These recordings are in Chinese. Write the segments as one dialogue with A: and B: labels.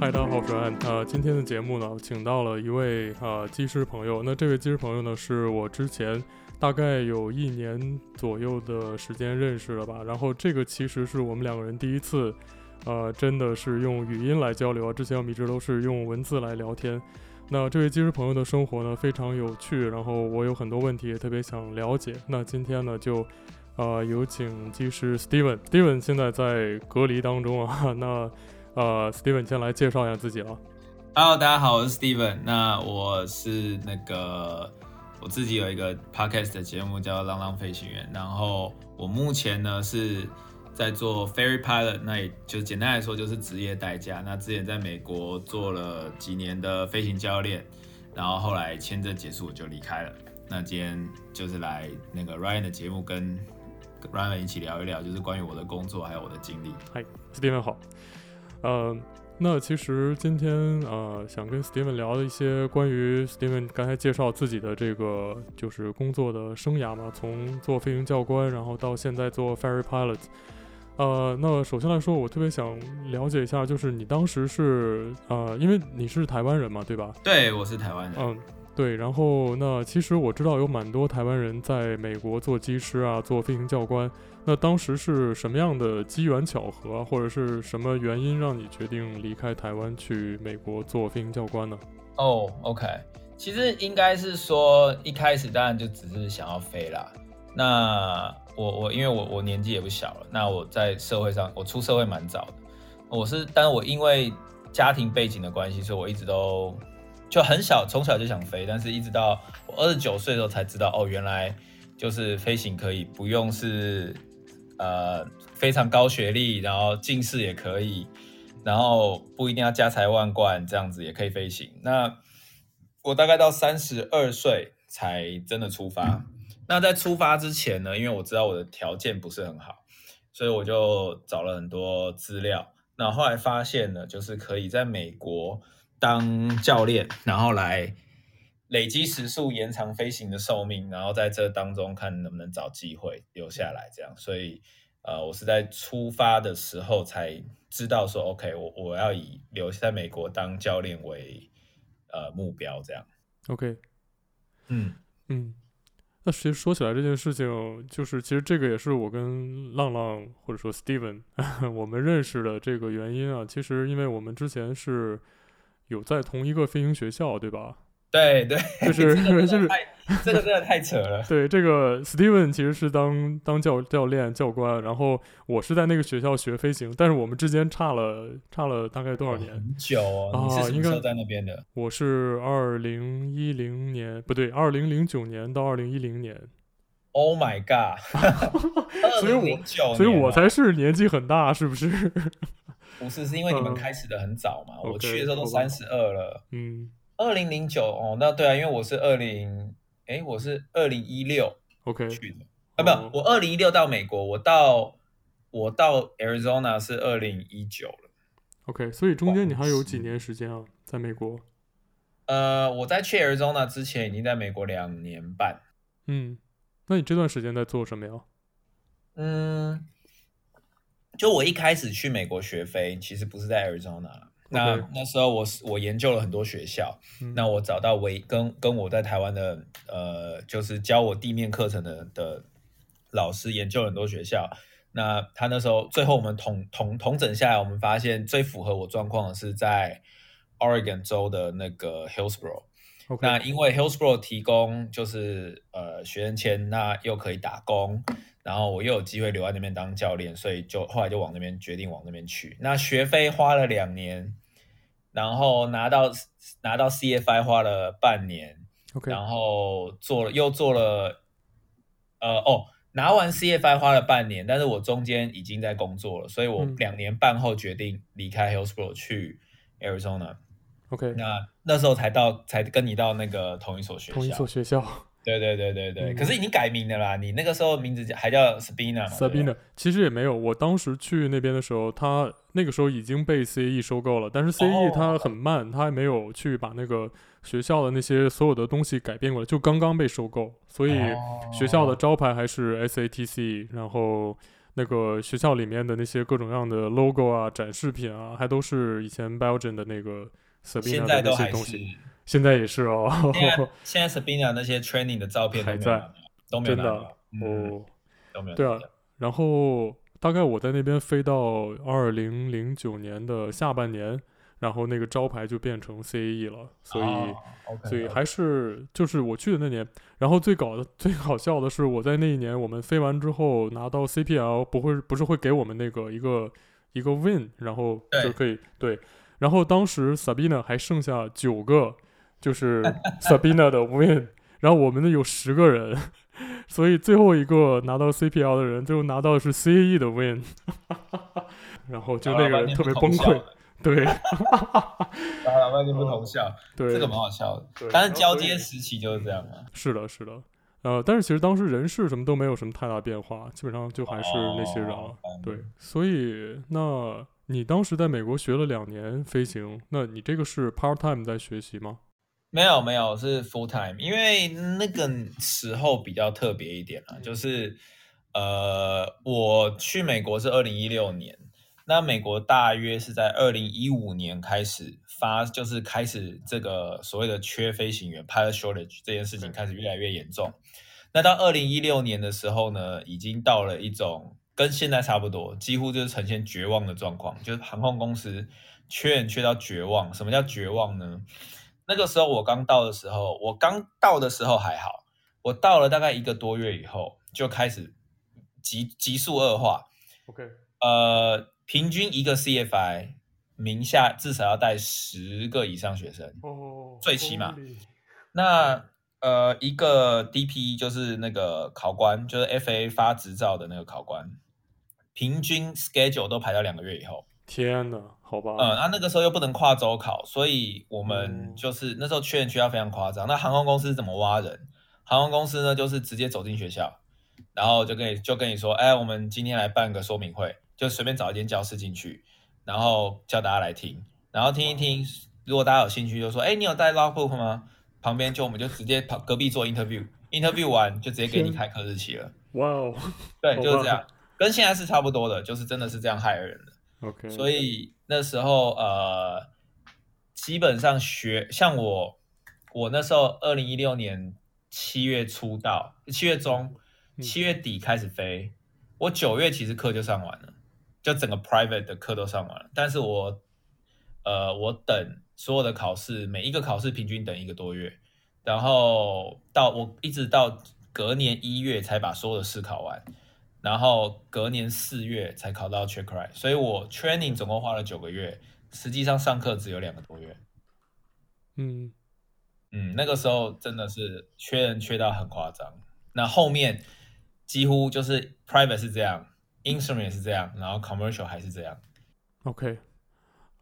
A: 嗨，大家好，我是安。呃，今天的节目呢，请到了一位呃技师朋友。那这位技师朋友呢，是我之前大概有一年左右的时间认识了吧。然后这个其实是我们两个人第一次，呃，真的是用语音来交流啊。之前我们一直都是用文字来聊天。那这位技师朋友的生活呢非常有趣，然后我有很多问题也特别想了解。那今天呢就，呃，有请技师 Steven。Steven 现在在隔离当中啊， 那。呃，Steven 先来介绍一下自己啊了。
B: Hello，大家好，我是 Steven。那我是那个我自己有一个 podcast 的节目叫《浪浪飞行员》，然后我目前呢是在做 ferry pilot，那也就简单来说就是职业代驾。那之前在美国做了几年的飞行教练，然后后来签证结束我就离开了。那今天就是来那个 Ryan 的节目跟 Ryan 一起聊一聊，就是关于我的工作还有我的经历。
A: 嗨，Steven 好。呃，那其实今天呃，想跟 Steven 聊的一些关于 Steven 刚才介绍自己的这个就是工作的生涯嘛，从做飞行教官，然后到现在做 ferry pilot。呃，那首先来说，我特别想了解一下，就是你当时是呃，因为你是台湾人嘛，对吧？
B: 对，我是台湾人。
A: 嗯，对。然后那其实我知道有蛮多台湾人在美国做机师啊，做飞行教官。那当时是什么样的机缘巧合啊，或者是什么原因让你决定离开台湾去美国做飞行教官呢？
B: 哦、o k 其实应该是说一开始当然就只是想要飞啦。那我我因为我我年纪也不小了，那我在社会上我出社会蛮早的，我是，但是我因为家庭背景的关系，所以我一直都就很小，从小就想飞，但是一直到我二十九岁的时候才知道，哦，原来就是飞行可以不用是呃非常高学历，然后近视也可以，然后不一定要家财万贯，这样子也可以飞行。那我大概到三十二岁才真的出发。那在出发之前呢，因为我知道我的条件不是很好，所以我就找了很多资料。那后来发现呢，就是可以在美国当教练，然后来累积时速，延长飞行的寿命，然后在这当中看能不能找机会留下来。这样，所以呃，我是在出发的时候才知道说，OK，我我要以留在美国当教练为呃目标，这样。
A: OK，
B: 嗯，
A: 嗯，那其实说起来这件事情，就是其实这个也是我跟浪浪或者说 Steven 我们认识的这个原因啊。其实因为我们之前是有在同一个飞行学校，对吧？
B: 对对，
A: 就是
B: 这个
A: 就
B: 真
A: 是
B: 的太这个真的太扯 了。
A: 对，这个 Steven 其实是当当教教练教官，然后我是在那个学校学飞行，但是我们之间差了差了大概多少年？
B: 很久哦，你
A: 啊
B: 是什
A: 应
B: 么
A: 该
B: 时候在那边的？
A: 我是二零一零年，不对，二零零九年到二零一零年，
B: Oh my god！
A: 所以我
B: 我
A: 所以我才是年纪很大，是不是？
B: 不是，是因为你们
A: 嗯
B: 开始的很早嘛。我
A: OK，
B: 去的时候都
A: 好吧
B: 三十二了，
A: 嗯
B: 二零零九哦，那对啊，因为我是二零，哎，我是二零一六
A: ，OK，
B: 去的，啊，没
A: 哦
B: 有，我二零一六到美国，我到我到 Arizona 是二零一九了。
A: OK，所以中间你还有
B: 哇
A: 几年时间啊，在美国？
B: 呃，我在去 Arizona 之前已经在美国两年半，
A: 嗯，那你这段时间在做什么呀？
B: 嗯，就我一开始去美国学飞，其实不是在 Arizona 啦。那
A: OK
B: 那时候我是我研究了很多学校，
A: 嗯
B: 那我找到唯跟跟我在台湾的呃，就是教我地面课程的的老师研究了很多学校。那他那时候最后我们统统统整下来，我们发现最符合我状况的是在 Oregon 州的那个 Hillsboro。
A: OK，
B: 那因为 Hillsboro 提供就是呃学生签，那又可以打工，然后我又有机会留在那边当教练，所以就后来就往那边决定往那边去。那学费花了两年，然后拿到拿到 CFI 花了半年，
A: OK，
B: 然后做了又做了，呃哦，拿完 CFI 花了半年，但是我中间已经在工作了，所以我
A: 嗯
B: 两年半后决定离开 Hillsboro 去 Arizona。
A: OK，
B: 那那时候才到，才跟你到那个同一所学校。
A: 同一所学校。
B: 对对对对对。
A: 嗯
B: 可是已经改名了啦，你那个时候名字叫还叫 Sabina 嘛对不对
A: Sabina 其实也没有，我当时去那边的时候，他那个时候已经被 CE 收购了，但是 CE
B: 哦
A: 它很慢，它还没有去把那个学校的那些所有的东西改变过来，
B: 哦
A: 就刚刚被收购，所以学校的招牌还是 SATC，然后那个学校里面的那些各种各样的 logo 啊、展示品啊，还都是以前 Belgian 的那个 Sabina
B: 现
A: 的
B: 在
A: 那
B: 都
A: 些
B: 还
A: 东
B: 是
A: 西，
B: 现
A: 现在也是哦，
B: 在现在 Sabina 那些 training 的照片都
A: 还
B: 没有
A: 在
B: 拿掉都没
A: 真
B: 有
A: 的
B: 拿掉，嗯，
A: 哦。
B: 都没有
A: 对啊
B: 拿掉，
A: 然后大概我在那边飞到二零零九年的下半年，然后那个招牌就变成 CAE 了，所以、
B: 哦 OK，
A: 所以还是就是我去的那年，然后最搞的 最好笑的是，我在那一年我们飞完之后拿到 CPL，不会不是会给我们那个一个一个 win，然后就
B: 对
A: 可以对然后当时 Sabina 还剩下九个，就是 Sabina 的 win，然后我们呢有十个人， 所以最后一个拿到 CPL 的人，最后拿到的是 CAE 的 win，然后
B: 啊
A: 就那个人特别崩溃，， 对
B: 打老半天不同校，
A: 对，
B: 这个蛮好笑的
A: 对。
B: 但是
A: 然后
B: 交
A: 所以
B: 接时期就是这样嘛，
A: 是的，是的，呃，但是其实当时人事什么都没有什么太大变化，基本上就还是那些人了。
B: 哦
A: 对，所以那你当时在美国学了两年飞行，那你这个是 part time 在学习吗？
B: 没有没有是 full time，因为那个时候比较特别一点啊，就是呃，我去美国是二零一六年，那美国大约是在二零一五年开始发，就是开始这个所谓的缺飞行员 pilot shortage 这件事情开始越来越严重。那到二零一六年的时候呢，已经到了一种跟现在差不多，几乎就是呈现绝望的状况，就是航空公司缺人缺到绝望。什么叫绝望呢？那个时候我刚到的时候，我刚到的时候还好，我到了大概一个多月以后就开始急急速恶化。
A: ，OK，
B: 呃，平均一个 CFI 名下至少要带十个以上学生，
A: 哦，
B: 最起码那呃，一个 DP 就是那个考官，就是 FA 发执照的那个考官，平均 schedule 都排到两个月以后。
A: 天呐，好吧，
B: 嗯，啊，那个时候又不能跨州考，所以我们
A: 嗯
B: 就是、那时候缺人缺到非常夸张。那航空公司怎么挖人？航空公司呢，就是直接走进学校，然后就跟你就跟你说，哎，我们今天来办个说明会，就随便找一间教室进去，然后叫大家来听，然后
A: 哦
B: 听一听。如果大家有兴趣，就说，哎，你有带 logbook 吗？旁边就我们就直接旁隔壁做 interview，interview 完就直接给你
A: 天
B: 开课日期了。
A: 哇 哦
B: 对，
A: 好
B: 就是
A: 吧
B: 这样，跟现在是差不多的，就是真的是这样害人的。
A: ，OK，
B: 所以那时候呃，基本上学像我，我那时候二零一六年七月初到，七月中，
A: 嗯
B: 七月底开始飞，我九月其实课就上完了，就整个 private 的课都上完了，但是我呃我等所有的考试，每一个考试平均等一个多月，然后到我一直到隔年一月才把所有的试考完。然后隔年四月才考到 check right，所以我 training 总共花了九个月，实际上上课只有两个多月。
A: 嗯，
B: 嗯，那个时候真的是缺人缺到很夸张。那后面几乎就是 private 是这样，instrument 也是这样，然后 commercial 还是这样。
A: ，OK，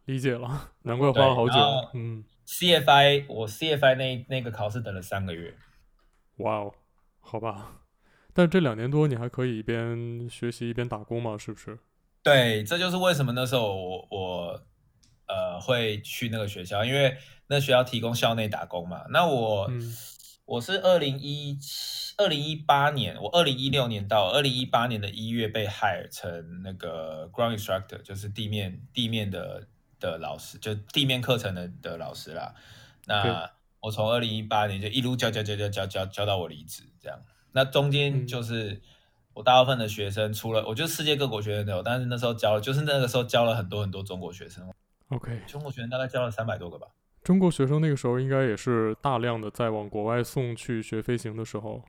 A: 理解了，难怪花了好久
B: 然后，
A: 嗯，
B: CFI 我 CFI 那那个考试等了三个月，
A: 哇哦，好吧，但这两年多你还可以一边学习一边打工吗？是不是？
B: 对，这就是为什么那时候我我呃会去那个学校，因为那学校提供校内打工嘛。那我、
A: 嗯
B: 我是二零一七、二零一八年，我二零一六年到二零一八年的一月被 hire 成那个 ground instructor，就是地面地面的的老师，就地面课程的的老师啦。
A: 对
B: 那我从二零一八年就一路教教教教教教教到我离职，这样。那中
A: 嗯
B: 间就是我大部分的学生，除了我觉得世界各国学生都有，但是那时候教了，就是那个时候教了很多很多中国学生，
A: ，OK。
B: 中国学生大概教了三百多个吧。
A: 中国学生那个时候应该也是大量的在往国外送去学飞行的时候，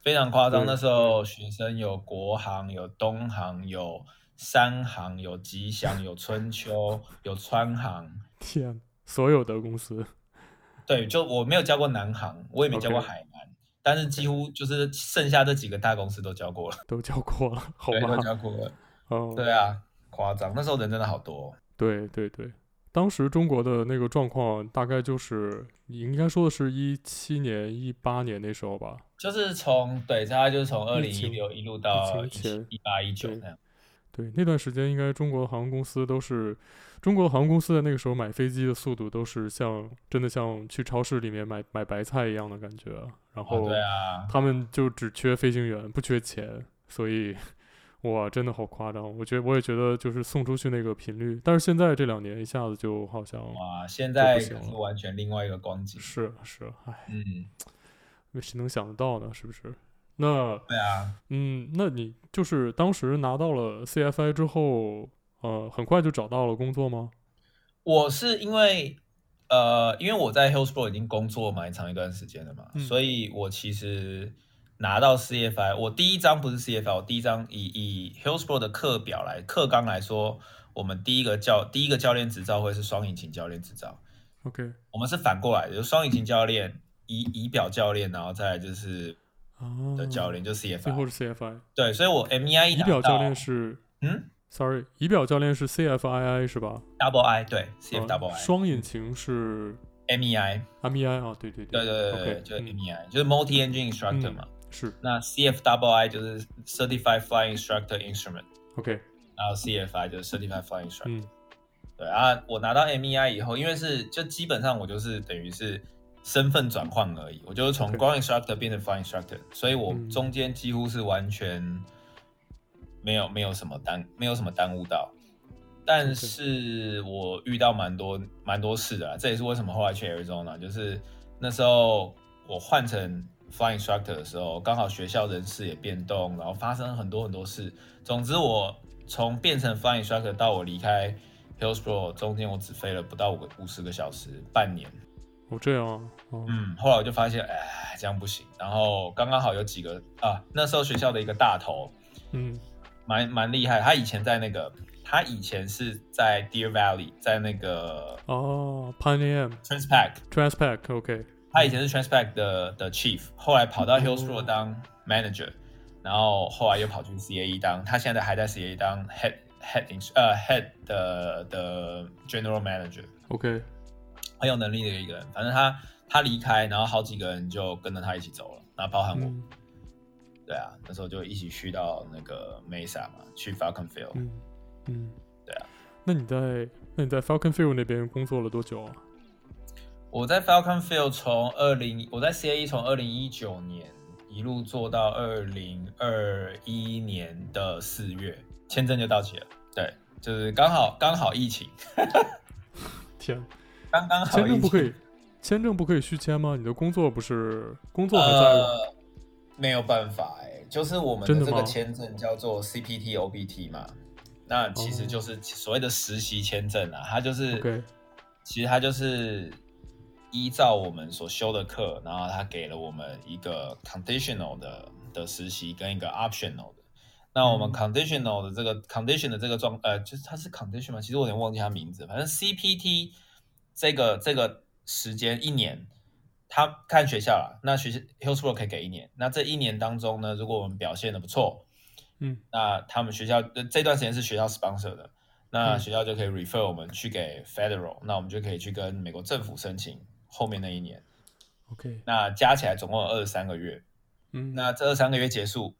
B: 非常夸张。
A: 对
B: 那时候学生有国航，有东航，有三航，有吉祥，有春秋，有川航。
A: 天，所有的公司，
B: 对，就我没有教过南航，我也没教过
A: OK
B: 海南但是几乎就是剩下这几个大公司都教过了，
A: 都教过了，好
B: 对，都
A: 吧？
B: 教过了。
A: 哦，
B: 对啊，夸张。那时候人真的好多哦、
A: 对对对，当时中国的那个状况大概就是，你应该说的是一七年、一八年那时候吧？
B: 就是从对，他就是从二
A: 疫
B: 零
A: 情
B: 一六一路到
A: 疫情前
B: 一八一九
A: 对
B: 那样。
A: 对，那段时间应该中国的航空公司都是，中国的航空公司在那个时候买飞机的速度都是像真的像去超市里面买买白菜一样的感觉，然
B: 哦，
A: 后
B: 对啊，
A: 他们就只缺飞行员，不缺钱，所以哇，真的好夸张！我觉得我也觉得就是送出去那个频率，但是现在这两年一下子就好像
B: 哇，现
A: 就
B: 在
A: 不行
B: 可
A: 了
B: 是完全另外一个光景。
A: 是是，哎，
B: 嗯，
A: 谁能想得到呢？是不是？那
B: 对啊，
A: 嗯，那你就是当时拿到了 CFI 之后，呃，很快就找到了工作吗？
B: 我是因为呃，因为我在 Hillsboro 已经工作蛮长一段时间了嘛，
A: 嗯
B: 所以我其实拿到 CFI，我第一张不是 CFI，我第一张以以 Hillsboro 的课表来课纲来说，我们第一个教第一个教练执照会是双引擎教练执照，
A: OK
B: 我们是反过来的，就是双引擎教练、仪仪表教练，然后再来就是
A: 啊，
B: 的教练，就
A: 最后
B: CFI。
A: 是 CFI，
B: 对，所以我 MEI 一
A: 仪
B: 拿
A: 表教
B: 到
A: 练是
B: 嗯
A: sorry，仪表教练是 CFII 是吧？
B: Double I 对 CF
A: 啊
B: Double I、
A: 双引擎是
B: MEI
A: MEI 啊，对对
B: 对对对
A: OK，
B: 对，就是
A: 嗯
B: MEI，就是 Multi Engine Instructor
A: 嗯
B: 嘛。
A: 是
B: 那 CF Double I 就是 Certified Flying Instructor Instrument，
A: OK，
B: 然后 CFI 就是 Certified Flying Instructor。
A: 嗯
B: 对啊，我拿到 MEI 以后，因为是就基本上我就是等于是身份转换而已，我就是从
A: OK
B: ground instructor 变成 flying instructor，所以我
A: 嗯
B: 中间几乎是完全没有没有什么耽没有什么耽误到。但是我遇到蛮多蛮多事的啦，这也是为什么后来去 Arizona，就是那时候我换成 flying instructor 的时候，刚好学校人事也变动，然后发生很多很多事。总之，我从变成 flying instructor 到我离开 Hillsboro 中间，我只飞了不到五个五十个小时，半年。
A: 哦这样啊，哦
B: 嗯，后来我就发现，哎，这样不行。然后刚刚好有几个啊，那时候学校的一个大头，
A: 嗯
B: 蛮蛮厉害。他以前在那个，他以前是在 Deer Valley，在那个
A: 哦 Pan Am
B: Transpac，
A: Transpac OK，
B: 他以前是 Transpac 的的 Chief，后来跑到 Hillsboro 当 Manager，然后后来又跑去 CAE 当，他现在还在 CAE 当 Head Head ins- 呃 Head 的的 General Manager。
A: OK，
B: 很有能力的一个人。反正他他离开，然后好几个人就跟着他一起走了，然后包啊含我，
A: 嗯
B: 对啊，那时候就一起去到那个 Mesa 嘛，去 Falcon Field，、
A: 嗯嗯，
B: 对啊。
A: 那你在那你在 Falcon Field 那边工作了多久啊？
B: 我在 Falcon Field 从二零，我在 CAE 从二零一九年一路做到二零二一年的四月，签证就到期了。对，就是刚好刚好疫情，
A: 天，
B: 刚刚好
A: 签
B: 疫
A: 证
B: 情
A: 不可以，签证不可以续签吗？你的工作不是工作还在吗？
B: 呃，没有办法哎、就是我们
A: 真
B: 的
A: 的
B: 这个
A: 吗
B: 签证叫做 CPT OBT 嘛，那其实就是所谓的实习签证啊，它就是
A: 哦 OK
B: 其实它就是依照我们所修的课，然后它给了我们一个 conditional 的的实习跟一个 optional 的。那我们
A: 嗯
B: conditional 的这个 condition 的这个状，呃，就是它是 condition 吗？其实我有点忘记它名字，反正 CPT 这个这个时间一年，他看学校啦，那学校 Hillsboro 可以给一年，那这一年当中呢，如果我们表现的不错，
A: 嗯，
B: 那他们学校呃这段时间是学校 sponsor 的，那
A: 嗯
B: 学校就可以 refer 我们去给 federal，那我们就可以去跟美国政府申请后面那一年，
A: OK，
B: 那加起来总共有二十三个月，
A: 嗯，
B: 那这二三个月结束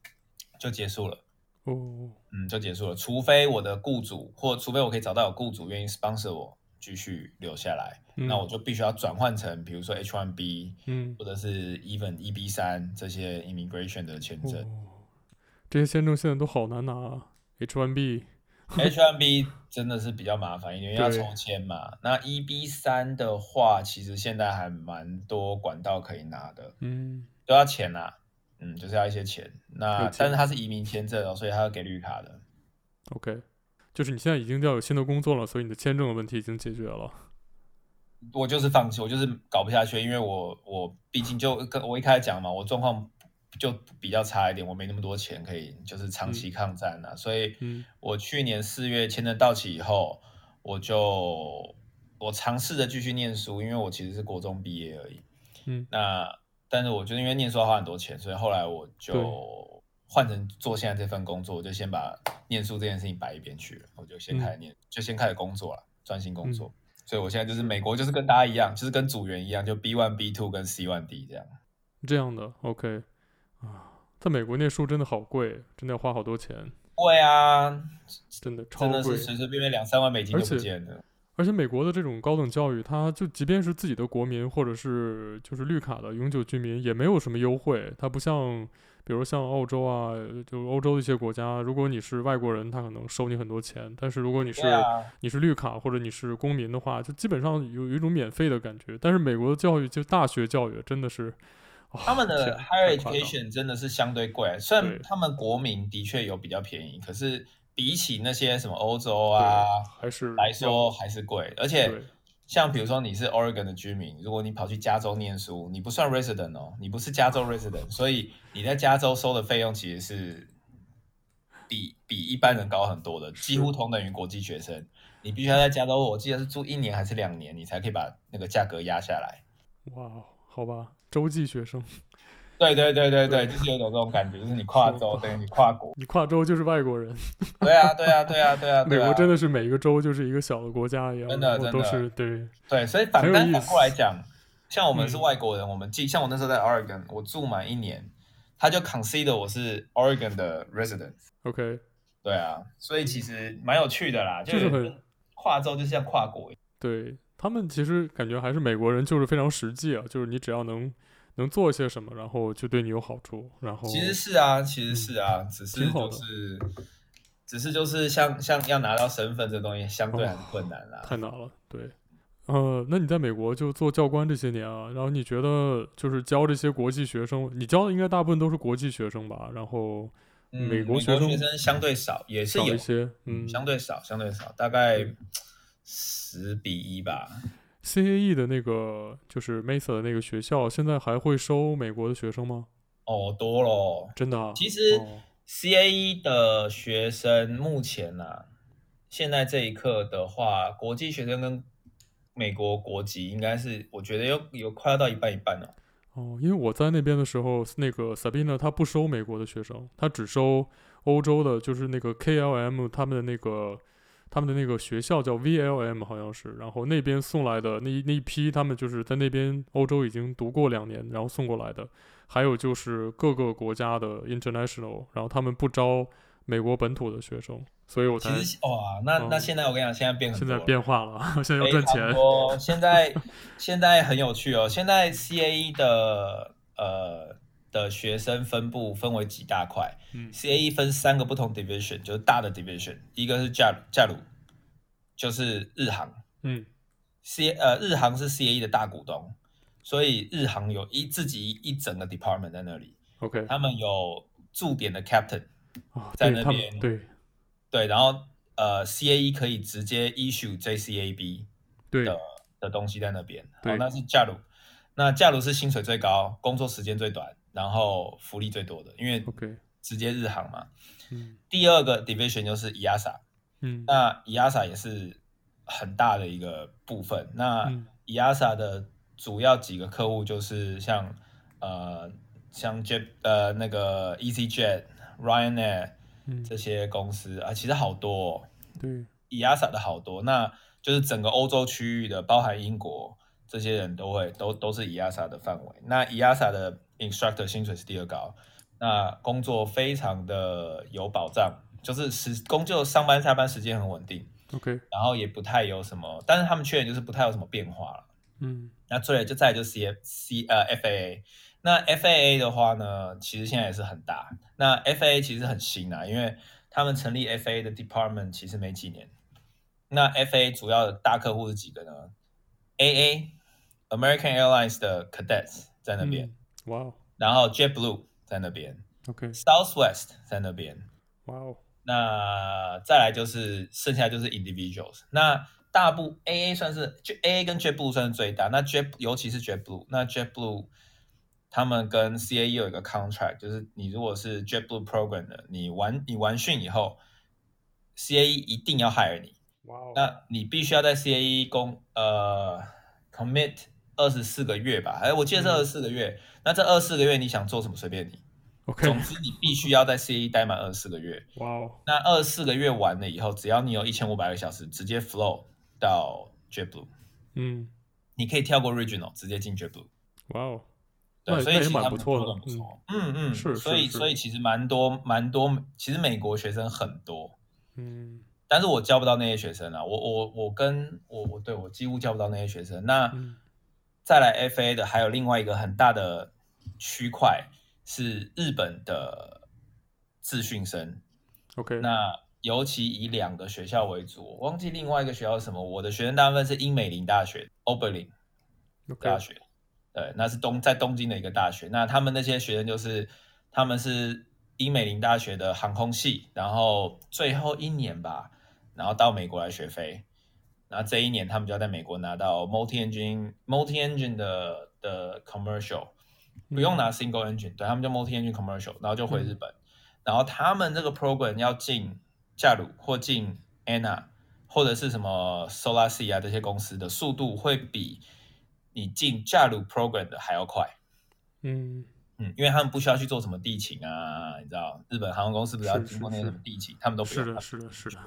B: 就结束了。
A: 哦
B: 嗯，就结束了。除非我的雇主，或除非我可以找到有雇主愿意 sponsor 我继续留下来，
A: 嗯
B: 那我就必须要转换成，比如说 H1B
A: 嗯
B: 或者是 even EB 三这些 immigration 的签证。
A: 哦，这些签证现在都好难拿啊，H1B
B: H1B 真的是比较麻烦一点，因为要
A: 对
B: 抽签嘛。那 EB 三的话，其实现在还蛮多管道可以拿的，
A: 嗯
B: 都要钱呐、嗯，就是要一些钱。那
A: 有钱
B: 但是它是移民签证哦，所以它要给绿卡的。
A: OK，就是你现在已经要有新的工作了，所以你的签证的问题已经解决了。
B: 我就是放弃，我就是搞不下去，因为我我毕竟就跟我一开始讲嘛，我状况就比较差一点，我没那么多钱可以就是长期抗战啊，所以
A: 嗯
B: 我去年四月签证到期以后，我就我尝试着继续念书，因为我其实是国中毕业而已。
A: 嗯
B: 那但是我觉得因为念书要花很多钱，所以后来我就换成做现在这份工作，我就先把念书这件事情摆一边去了，我就
A: 嗯
B: 先开始念，就先开始工作了，专心工作。所以我现在就是美国，就是跟大家一样，就是跟组员一样，就 B one、B two 跟 C one D 这样。
A: 这样的 OK 啊，在美国念书真的好贵，真的要花好多钱，
B: 贵啊，
A: 真的超
B: 真的
A: 贵
B: 是。随随便便两三万美金就
A: 而且
B: 不见了。
A: 而且美国的这种高等教育，它就即便是自己的国民或者是就是绿卡的永久居民，也没有什么优惠。它不像，比如像澳洲啊，就欧洲的一些国家，如果你是外国人，他可能收你很多钱；但是如果你是、
B: 对啊，
A: 你是绿卡或者你是公民的话，就基本上有有一种免费的感觉。但是美国的教育，就大学教育真的是，哦
B: 他们
A: 天
B: 的
A: 太
B: higher
A: 夸张了
B: education 真的是相对贵，虽
A: 对
B: 然他们国民的确有比较便宜，可是比起那些什么欧洲啊
A: 对还是
B: 来
A: 要
B: 说还是贵，而且
A: 对。
B: 像比如说你是 Oregon 的居民，如果你跑去加州念书，你不算 resident 哦，你不是加州 resident，所以你在加州收的费用其实是比比一般人高很多的，几乎
A: 是
B: 同等于国际学生。你必须要在加州，我记得是住一年还是两年，你才可以把那个价格压下来。
A: 哇，哦好吧，洲际学生，
B: 对对对对对，就是有种这种感觉，就是你跨州，等于你跨国。
A: 你跨州就是外国人。
B: 对啊，对啊，对啊，对啊，
A: 美
B: 对
A: 国
B: 啊，
A: 真的是每一个州就是一个小的国家一样，
B: 真的
A: 然后都
B: 真的
A: 是对，
B: 对，所以
A: 很
B: 反
A: 有
B: 但
A: 意
B: 反过来讲，像我们是
A: 嗯
B: 外国人，我们记，像我那时候在 Oregon，我住满一年，他就 consider 我是 Oregon 的 resident。
A: OK，
B: 对啊，所以其实蛮有趣的啦，
A: 嗯
B: 就
A: 就是
B: 是
A: 很
B: 跨州就像跨国一样。
A: 对他们其实感觉还是美国人就是非常实际啊，就是你只要能能做些什么，然后就对你有好处，然后
B: 其实是啊，其实是啊，只是
A: 哦嗯挺好
B: 就
A: 的
B: 是，只是就是像像要拿到身份这东西相对
A: 哦
B: 很困难啦。
A: 太难了，对。呃，那你在美国就做教官这些年啊，然后你觉得就是教这些国际学生，你教的应该大部分都是国际学生吧？然后
B: 嗯，
A: 美
B: 美
A: 国
B: 国
A: 学生
B: 生相对少，也是
A: 少
B: 有
A: 一，些，嗯，
B: 相对少，相对少，大概
A: 对
B: 十比一吧。
A: CAE E 的那个就是 Mesa 的那个学校，现在还会收美国的学生吗？
B: 哦，多咯。
A: 真的啊？
B: 其实
A: 哦
B: CAE 的学生目前啊，现在这一刻的话，国际学生跟美国国籍应该是，我觉得有有快要到一半一半了。
A: 哦，因为我在那边的时候，那个 Sabina 她不收美国的学生，她只收欧洲的，就是那个 KLM 他们的那个他们的那个学校叫 VLM 好像是，然后那边送来的那一那一批，他们就是在那边欧洲已经读过两年，然后送过来的，还有就是各个国家的 international，然后他们不招美国本土的学生，所以我
B: 其
A: 才
B: 实哇，那那
A: 嗯
B: 现在我跟你讲，现在变很
A: 现
B: 多
A: 在
B: 了。
A: 变化了， 现在要
B: 非
A: 赚
B: 常
A: 钱，
B: 多。现在现在很有趣哦，现在 CAE 的呃的学生分布分为几大块
A: 嗯
B: ，CAE 分三个不同 division，就是大的 division，一个是 j a 加鲁，就是日航
A: 嗯
B: C 呃日航是 CAE 的大股东，所以日航有一自己一整个 department 在那里，
A: ，OK 啊、
B: 他们有驻点的 captain，
A: 对
B: 在那
A: 他们
B: 边
A: 对
B: 对，然后呃 CAE 可以直接 issue JCAB。
A: 对
B: 的东西在那边。
A: 对
B: 哦，那是假如，那假如是薪水最高，工作时间最短，然后福利最多的，因为
A: ，OK，
B: 直接日航嘛。
A: 嗯
B: 第二个 division 就是 E EASA，
A: 嗯
B: 那 EASA 也是很大的一个部分。那
A: 嗯
B: EASA 的主要几个客户就是像呃像 Jet 呃那个 EasyJet、Ryanair
A: 嗯，
B: 这些公司啊，其实好多、哦。
A: 对。
B: EASA 的好多，那就是整个欧洲区域的，包含英国这些人都会都都是 EASA 的范围。那 EASA 的 instructor 薪水是第二高，那工作非常的有保障，就是时工作上班下班时间很稳定，
A: OK，
B: 然后也不太有什么，但是他们缺点就是不太有什么变化了。
A: 嗯
B: 那最就再来就是 C C 呃 FAA，那 FAA 的话呢，其实现在也是很大。那 FAA 其实很新啊，因为他们成立 FAA 的 department 其实没几年。那 FAA 主要的大客户是几个呢？AA American Airlines 的 Cadets 在那边，
A: 嗯，哇哦
B: 然后 JetBlue 在那边
A: ，OK，
B: ，Southwest 在那边，
A: 哇哦，
B: 那再来就是剩下就是 individuals。那大部 AA 算是就 AA 跟 JetBlue 算是最大，那 Jet 尤其是 JetBlue，那 JetBlue 他们跟 CAE 有一个 contract，就是你如果是 JetBlue program 的，你完你完训以后，CAE 一定要 hire 你，
A: 哇哦，
B: 那你必须要在 CAE 工呃 commit 二十四个月吧？哎，我记得是
A: 嗯
B: 二十四个月。那这二十四个月你想做什么随便你，
A: OK，
B: 总之你必须要在 CAE 待满二十四个月。
A: 哇哦，
B: 那二十四个月完了以后，只要你有一千五百个小时，直接 flow 到 JetBlue，
A: 嗯，
B: 你可以跳过 Regional 直接进 JetBlue。
A: 哇哦，那
B: 对，
A: 也
B: 所以
A: 那也
B: 其实
A: 蛮
B: 他
A: 不
B: 们
A: 错
B: 做得不
A: 的，嗯
B: 错。嗯嗯，
A: 是
B: 所
A: 是
B: 以
A: 是
B: 所以其实蛮多蛮多，其实美国学生很多，
A: 嗯，
B: 但是我教不到那些学生啊，我我我跟我我对我几乎教不到那些学生。那
A: 嗯
B: 再来 FA 的还有另外一个很大的区块是日本的自训生，
A: ，OK，
B: 那尤其以两个学校为主，我忘记另外一个学校是什么。我的学生大部分是英美林大学 （Oberlin）
A: OK，
B: 大学对，那是东在东京的一个大学。那他们那些学生就是他们是英美林大学的航空系，然后最后一年吧，然后到美国来学飞。然后这一年他们就要在美国拿到 multi engine multi engine 的的 commercial，不
A: 嗯
B: 用拿 single engine，、对他们就 multi engine commercial，然后就回日本。然后他们这个 program 要进架鲁或进 Anna 或者是什么 Solar C 啊这些公司的速度会比你进架鲁 program 的还要快。
A: 嗯
B: 嗯，因为他们不需要去做什么地勤啊，你知道日本航空公司不是要
A: 是
B: 经过
A: 是
B: 那些什
A: 是
B: 么地勤，他们都不
A: 是
B: 用
A: 的，
B: 他
A: 是的，是的，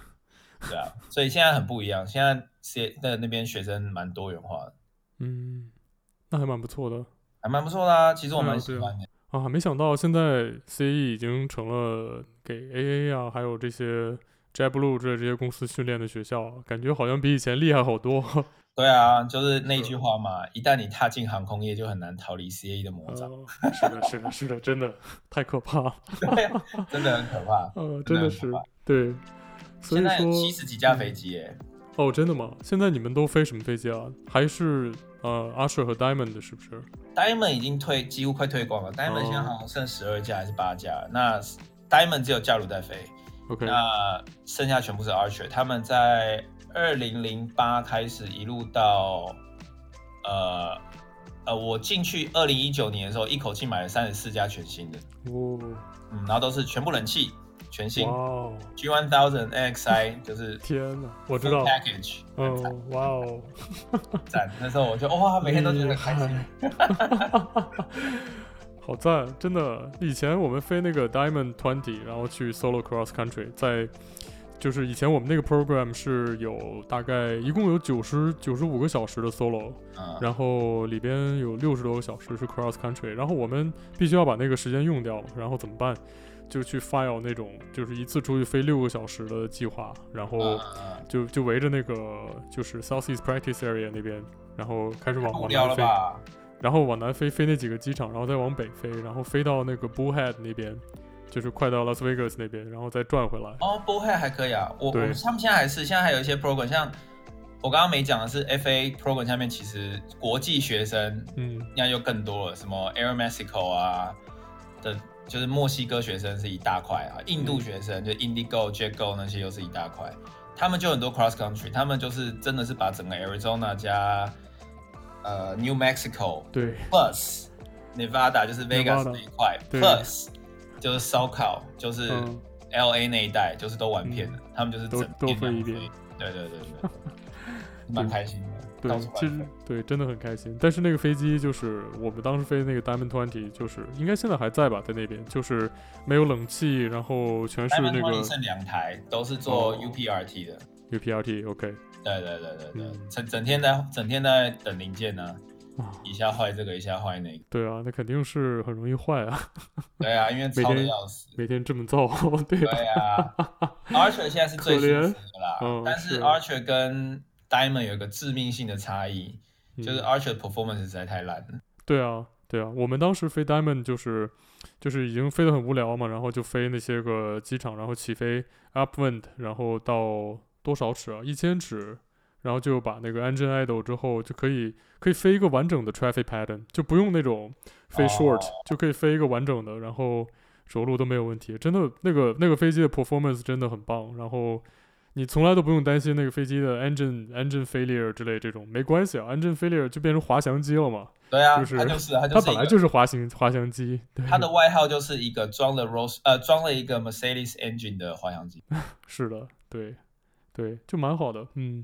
B: 对啊，所以现在很不一样。现在些那那边学生蛮多元化的，
A: 嗯，那还蛮不错的
B: 还蛮不错的啊。其实我
A: 对啊
B: 蛮喜
A: 对啊
B: 欢的。
A: 啊。没想到现在 CE 已经成了给 AA 啊，还有这些 JetBlue 之类这些公司训练的学校，感觉好像比以前厉害好 多。
B: 对啊，就是那
A: 是
B: 句话嘛，一旦你踏进航空业，就很难逃离 CAE 的魔掌。
A: 呃，是的，是的，是的，真的太可怕了。
B: 对
A: 嗯
B: 啊，真的很可怕。
A: 呃，真
B: 真的
A: 的
B: 很可
A: 是
B: 怕
A: 对， 所以
B: 现在
A: 说嗯
B: 七十几架飞机耶，
A: 哦，真的吗？现在你们都飞什么飞机啊？还是呃，Usher 和 Diamond 是不是？
B: Diamond 已经退，几乎快退光了。Diamond
A: 哦
B: 现在好像剩十二架还是八架。那 Diamond 只有加鲁在飞，
A: OK，
B: 那剩下全部是 Archer。他们在二零零八开始一路到呃呃，我进去二零一九年的时候，一口气买了三十四架全新的，
A: 哦，
B: 嗯，然后都是全部冷气，全新
A: 哇哦，
B: G One Thousand XI 就是
A: 天哪，我知
B: full
A: 道，
B: package，
A: 嗯，哇哦，
B: 赞。那时候我就哇，每天都觉得很开
A: 厉
B: 心
A: 害。好赞，真的！以前我们飞那个 Diamond Twenty，然后去 Solo Cross Country，在就是以前我们那个 program 是有大概一共有九十九十五个小时的 Solo，
B: 嗯，
A: 然后里边有六十多个小时是 cross country，然后我们必须要把那个时间用掉嘛，然后怎么办？就去 file 那种就是一次出去飞六个小时的计划，然后
B: 嗯嗯
A: 就就围着那个就是 southeast practice area 那边，然后开始往
B: 嗯无
A: 往
B: 聊
A: 南
B: 了
A: 飞，
B: 吧？
A: 然后往南飞飞那几个机场，然后再往北飞，然后飞到那个 Bullhead 那边，就是快到 Las Vegas 那边，然后再转回来。
B: 哦，Bullhead 还可以啊，我我
A: 对
B: 们他们现在还是现在还有一些 program，像我刚刚没讲的是 FA program 下面其实国际学生
A: 嗯
B: 应该又更多了，什么 Air Mexico 啊的，就是墨西哥学生是一大块啊，印度学生、就 Indigo、Jetgo 那些又是一大块，他们就很多 cross country，他们就是真的是把整个 Arizona 加呃 New Mexico
A: 对
B: plus Nevada 就是 Vegas
A: Nevada，
B: 那一块
A: 对
B: ，plus 就是烧烤，就是
A: 嗯
B: L A 那一带，就是都玩遍了，他们就是整
A: 都都
B: 片
A: 飞一
B: 样
A: 遍
B: 飞，对对对 对，蛮开心的，
A: 对
B: 到处，
A: 其
B: 玩
A: 实
B: 飞。
A: 对，真的很开心。但是那个飞机就是我们当时飞那个 Diamond Twenty，就是应该现在还在吧，在那边，就是没有冷气，然后全是那
B: Diamond
A: 个
B: Twenty 剩两台，都是做
A: 哦
B: U P R T 的，
A: UPRT。OK，
B: 对对对对对，
A: 嗯
B: 整整天在整天在等零件呢，
A: 啊，
B: 一下坏这个，一下坏那个，
A: 对啊，那肯定是很容易坏啊，
B: 对啊，因为
A: 天
B: 吵的要死。
A: 每天这么造， 对啊，
B: 对啊，Archer 现在是最舒服的啦
A: 可怜嗯，
B: 但是
A: 是
B: Archer 跟 Diamond 有一个致命性的差异，
A: 嗯
B: 就是 Archer 的 performance 实在太烂了。
A: 对啊，对啊，我们当时飞 Diamond 就是就是已经飞得很无聊嘛，然后就飞那些个机场，然后起飞 upwind，然后到多少尺啊？一千尺，然后就把那个 engine idle 之后就可以可以飞一个完整的 traffic pattern，就不用那种飞 short，、就可以飞一个完整的，然后着陆都没有问题。真的，那个那个飞机的 performance 真的很棒，然后。你从来都不用担心那个飞机的 engine engine failure 之类这种，没关系啊，engine failure 就变成滑翔机了嘛。
B: 对啊，
A: 就是
B: 他就是他
A: 它
B: 就是
A: 本
B: 一
A: 来
B: 个
A: 就是滑行滑翔机，对，
B: 他的外号就是一个装了 Rose 呃装了一个 Mercedes engine 的滑翔机。
A: 是的，对，对，就蛮好的，嗯。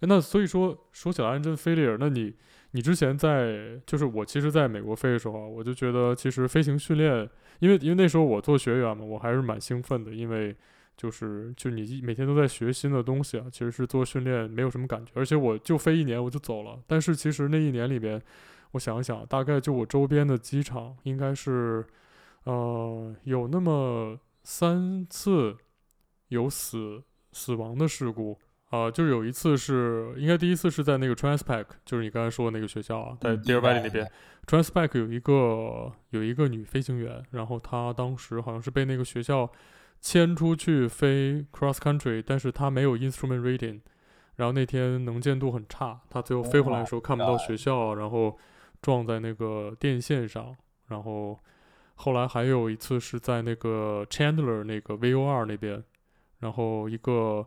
A: 诶那所以说，说起来 engine failure，那你你之前在就是我其实在美国飞的时候啊，我就觉得其实飞行训练，因为因为那时候我做学员嘛，我还是蛮兴奋的，因为就是就你一每天都在学新的东西啊，其实是做训练没有什么感觉，而且我就飞一年我就走了，但是其实那一年里边，我想一想，大概就我周边的机场应该是呃有那么三次有死死亡的事故啊、就是有一次是应该第一次是在那个 Transpac，就是你刚才说的那个学校啊，在
B: 嗯
A: Deer
B: 明白
A: Valley 那边，Transpac 有一个有一个女飞行员，然后她当时好像是被那个学校迁出去飞 cross country，但是她没有 instrument reading，然后那天能见度很差，她最后飞回来的时候看不到学校，然后撞在那个电线上，然后后来还有一次是在那个 Chandler 那个 VOR 那边，然后一个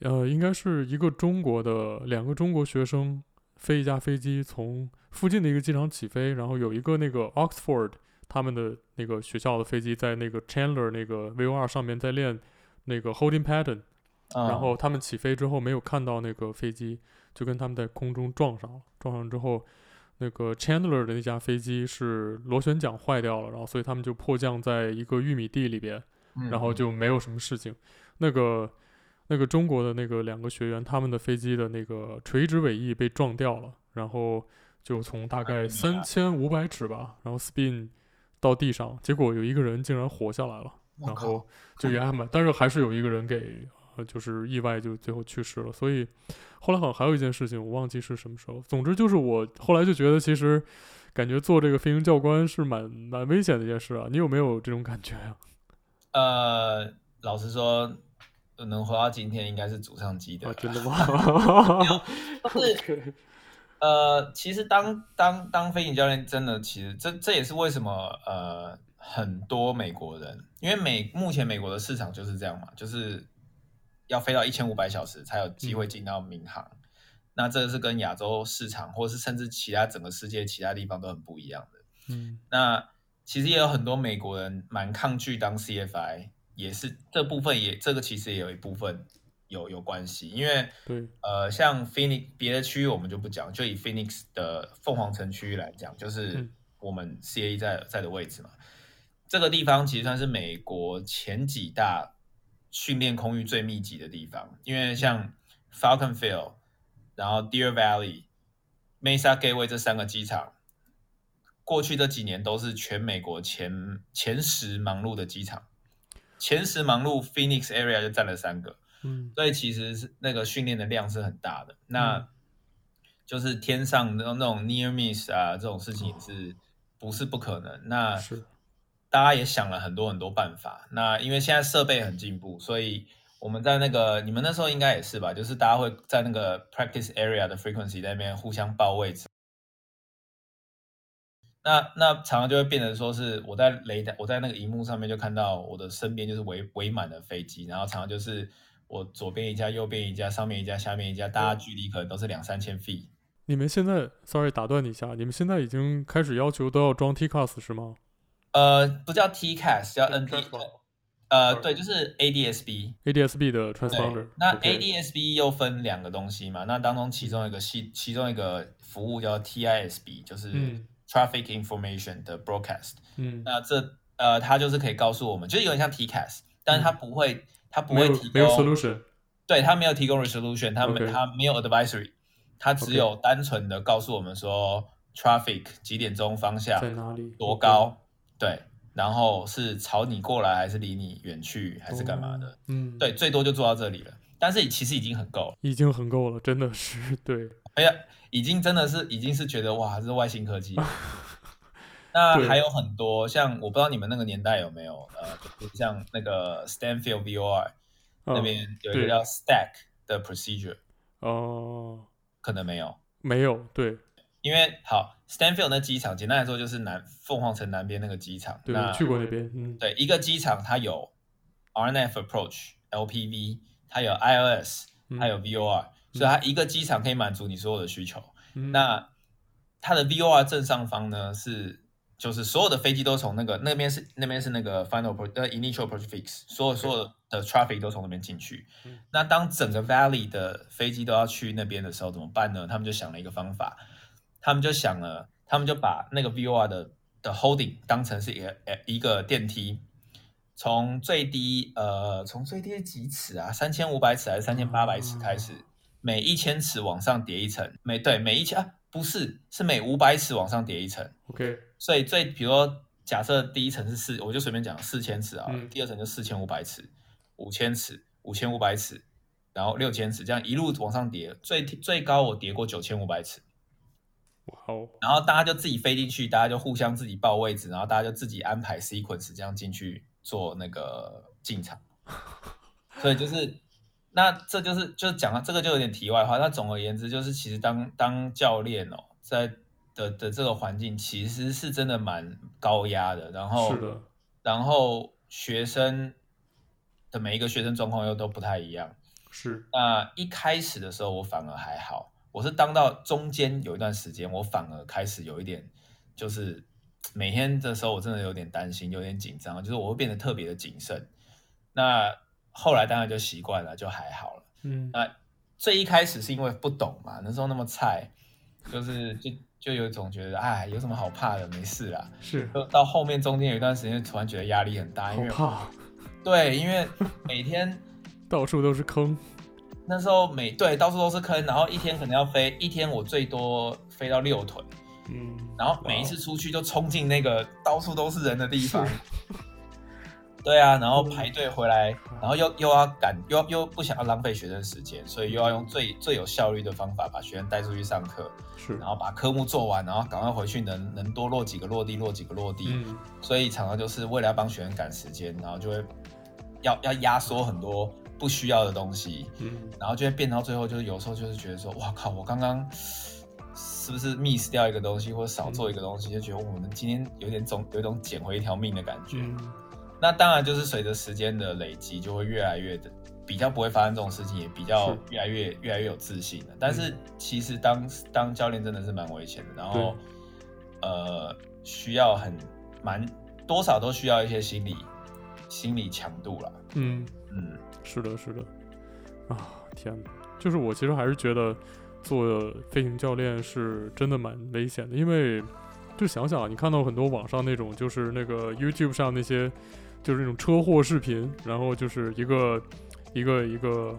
A: 呃应该是一个中国的两个中国学生飞一架飞机从附近的一个机场起飞，然后有一个那个 Oxford 他们的那个学校的飞机在那个 Chandler 那个 VOR 上面在练那个 holding pattern，
B: 嗯
A: 然后他们起飞之后没有看到那个飞机，就跟他们在空中撞上了。撞上之后，那个 Chandler 的那架飞机是螺旋桨坏掉了，然后所以他们就迫降在一个玉米地里边，
B: 嗯
A: 然后就没有什么事情。那个那个中国的那个两个学员，他们的飞机的那个垂直尾翼被撞掉了，然后就从大概
B: 哎
A: 三
B: 呀
A: 千五百尺吧，然后 spin 到地上，结果有一个人竟然活下来了。
B: 我
A: 然
B: 靠
A: 后就也还蛮，但是还是有一个人给呃就是意外就最后去世了，所以后来好像还有一件事情我忘记是什么时候，总之就是我后来就觉得其实感觉做这个飞行教官是蛮蛮危险的一件事啊，你有没有这种感觉啊？
B: 呃，老实说，能活到今天应该是祖上积德
A: 啊，
B: 了。
A: 真的 吗？
B: 是呃，其实当当当飞行教练，真的，其实这这也是为什么呃，很多美国人，因为美目前美国的市场就是这样嘛，就是要飞到一千五百小时才有机会进到民航。那这个是跟亚洲市场，或是甚至其他整个世界其他地方都很不一样的。
A: 嗯
B: 那其实也有很多美国人蛮抗拒当 CFI，也是这部分也这个其实也有一部分有有关系，因为。
A: 对，
B: 呃，像 Phoenix 别的区域我们就不讲，就以 Phoenix 的凤凰城区域来讲，就是
A: 嗯
B: 我们 CA 在在的位置嘛。这个地方其实算是美国前几大训练空域最密集的地方，因为像 Falcon Field，然后 Deer Valley、Mesa Gateway 这三个机场，过去这几年都是全美国前前十忙碌的机场。前十忙碌 Phoenix area 就占了三个，
A: 嗯
B: 所以其实是那个训练的量是很大的。那、
A: 嗯
B: 就是天上那种那种 near miss 啊这种事情也是不是不可能？那
A: 是
B: 大家也想了很多很多办法。那因为现在设备很进步，所以我们在那个你们那时候应该也是吧？就是大家会在那个 practice area 的 frequency 那边互相报位置。那那常常就会变成说是我在雷达，我在那个荧幕上面就看到我的身边就是围围满了飞机，然后常常就是我左边一架，右边一架，上面一架，下面一架，大家距离可能都是两三千 feet。
A: 你们现在，sorry 打断你一下，你们现在已经开始要求都要装 TCAS 是吗？
B: 呃，不叫 TCAS，叫
A: 对
B: ND，
A: transport
B: 呃，
A: sorry
B: 对，就是 ADSB。
A: ADSB 的
B: 对
A: transponder，，
B: 那
A: OK
B: ADSB 又分两个东西嘛，那当中其中一个系，其中一个服务叫 TISB，就是
A: 嗯
B: Traffic Information 的 Broadcast。
A: 嗯，
B: 那这呃，它就是可以告诉我们，就是有点像 TCAS，但是它不会，它
A: 嗯
B: 不
A: 没
B: 会
A: 有
B: 提
A: 没有
B: 供，
A: solution，
B: 对，它没有提供 resolution，它没
A: OK
B: 它没有 advisory，它只
A: OK
B: 有单纯的告诉我们说 traffic 几点钟方向
A: 在哪里？
B: 多
A: OK？
B: 高，对，然后是朝你过来还是离你远去还是干嘛的，
A: 哦？嗯，
B: 对，最多就做到这里了。但是其实已经很够了，
A: 已经很够了，真的是对，
B: 哎呀，已经真的是已经是觉得哇，这是外星科技。 那
A: 对
B: 还有很多，像我不知道你们那个年代有没有，呃，就是像那个 Stanfield VOR 那
A: 嗯
B: 边有一个
A: 对
B: 叫 Stack 的 procedure，
A: 哦、
B: 可能没有，
A: 没有，对
B: 因为好 Stanfield 那机场，简单来说就是南凤凰城南边那个机场。
A: 对，
B: 那
A: 我去过那边，嗯，
B: 对，一个机场它有 RNF approach、LPV，它有 ILS，
A: 嗯
B: 它有 VOR，、所以它一个机场可以满足你所有的需求。
A: 嗯
B: 那它的 VOR 正上方呢是就是所有的飞机都从那个那边是那边是那个 final pro 呃 initial approach fix，所有所有的 traffic 都从那边进去。
A: 嗯
B: 那当整个 valley 的飞机都要去那边的时候怎么办呢？他们就想了一个方法，他们就想了，他们就把那个 VOR 的的 holding 当成是一个呃一个电梯。从最低呃，从最低是几尺啊？三千五百尺还是三千八百尺开始，每一千尺往上叠一层，每对每一千啊不是是每五百尺往上叠一层，
A: ，OK，
B: 所以最比如说假设第一层是四，我就随便讲四千尺啊，
A: 嗯
B: 第二层就四千五百尺、五千尺、五千五百尺，然后六千尺，这样一路往上叠，最最高我叠过九千五百尺。
A: 哇哦，
B: 然后大家就自己飞进去，大家就互相自己报位置，然后大家就自己安排 sequence 这样进去做那个进场。所以就是，那这就是就是讲到这个就有点题外话。那总而言之，就是其实当当教练哦，在的的这个环境其实是真的蛮高压的，然后
A: 是的，
B: 然后学生的每一个学生状况又都不太一样。
A: 是
B: 那一开始的时候我反而还好，我是当到中间有一段时间，我反而开始有一点，就是每天的时候我真的有点担心，有点紧张，就是我会变得特别的谨慎。那后来当然就习惯了，就还好了。
A: 嗯
B: 那最一开始是因为不懂嘛，那时候那么菜，就是就就有一种觉得，哎，有什么好怕的，没事啦。
A: 是，
B: 就到后面中间有一段时间，突然觉得压力很大，因
A: 好
B: 为
A: 怕，
B: 对，因为每天
A: 到处都是坑，
B: 那时候每对到处都是坑，然后一天可能要飞一天，我最多飞到六腿，
A: 嗯，
B: 然后每一
A: 哇哦
B: 次出去就冲进那个到处都是人的地方。对啊，然后排队回来，然后又又要赶，又又不想要浪费学生时间，所以又要用最最有效率的方法把学生带出去上课，
A: 是
B: 然，后把科目做完，然后赶快回去能能多落几个落地落几个落地。
A: 嗯，
B: 所以常常就是为了要帮学生赶时间，然后就会要要压缩很多不需要的东西，
A: 嗯，
B: 然后就会变到最后，就是有时候就是觉得说，哇靠，我刚刚是不是 miss 掉一个东西，或者少做一个东西，就觉得我们今天有点总有一种捡回一条命的感觉。
A: 嗯，
B: 那当然就是随着时间的累积，就会越来越的比较不会发生这种事情，也比较
A: 是嗯
B: 越来越越来越有自信了。但是其实当当教练真的是蛮危险的，然后呃需要很蛮多少都需要一些心理心理强度啦。
A: 嗯。
B: 嗯，
A: 是的，是的，啊，天哪！就是我其实还是觉得做飞行教练是真的蛮危险的，因为就想想啊，你看到很多网上那种，就是那个 YouTube 上那些，就是那种车祸视频，然后就是一个一个一个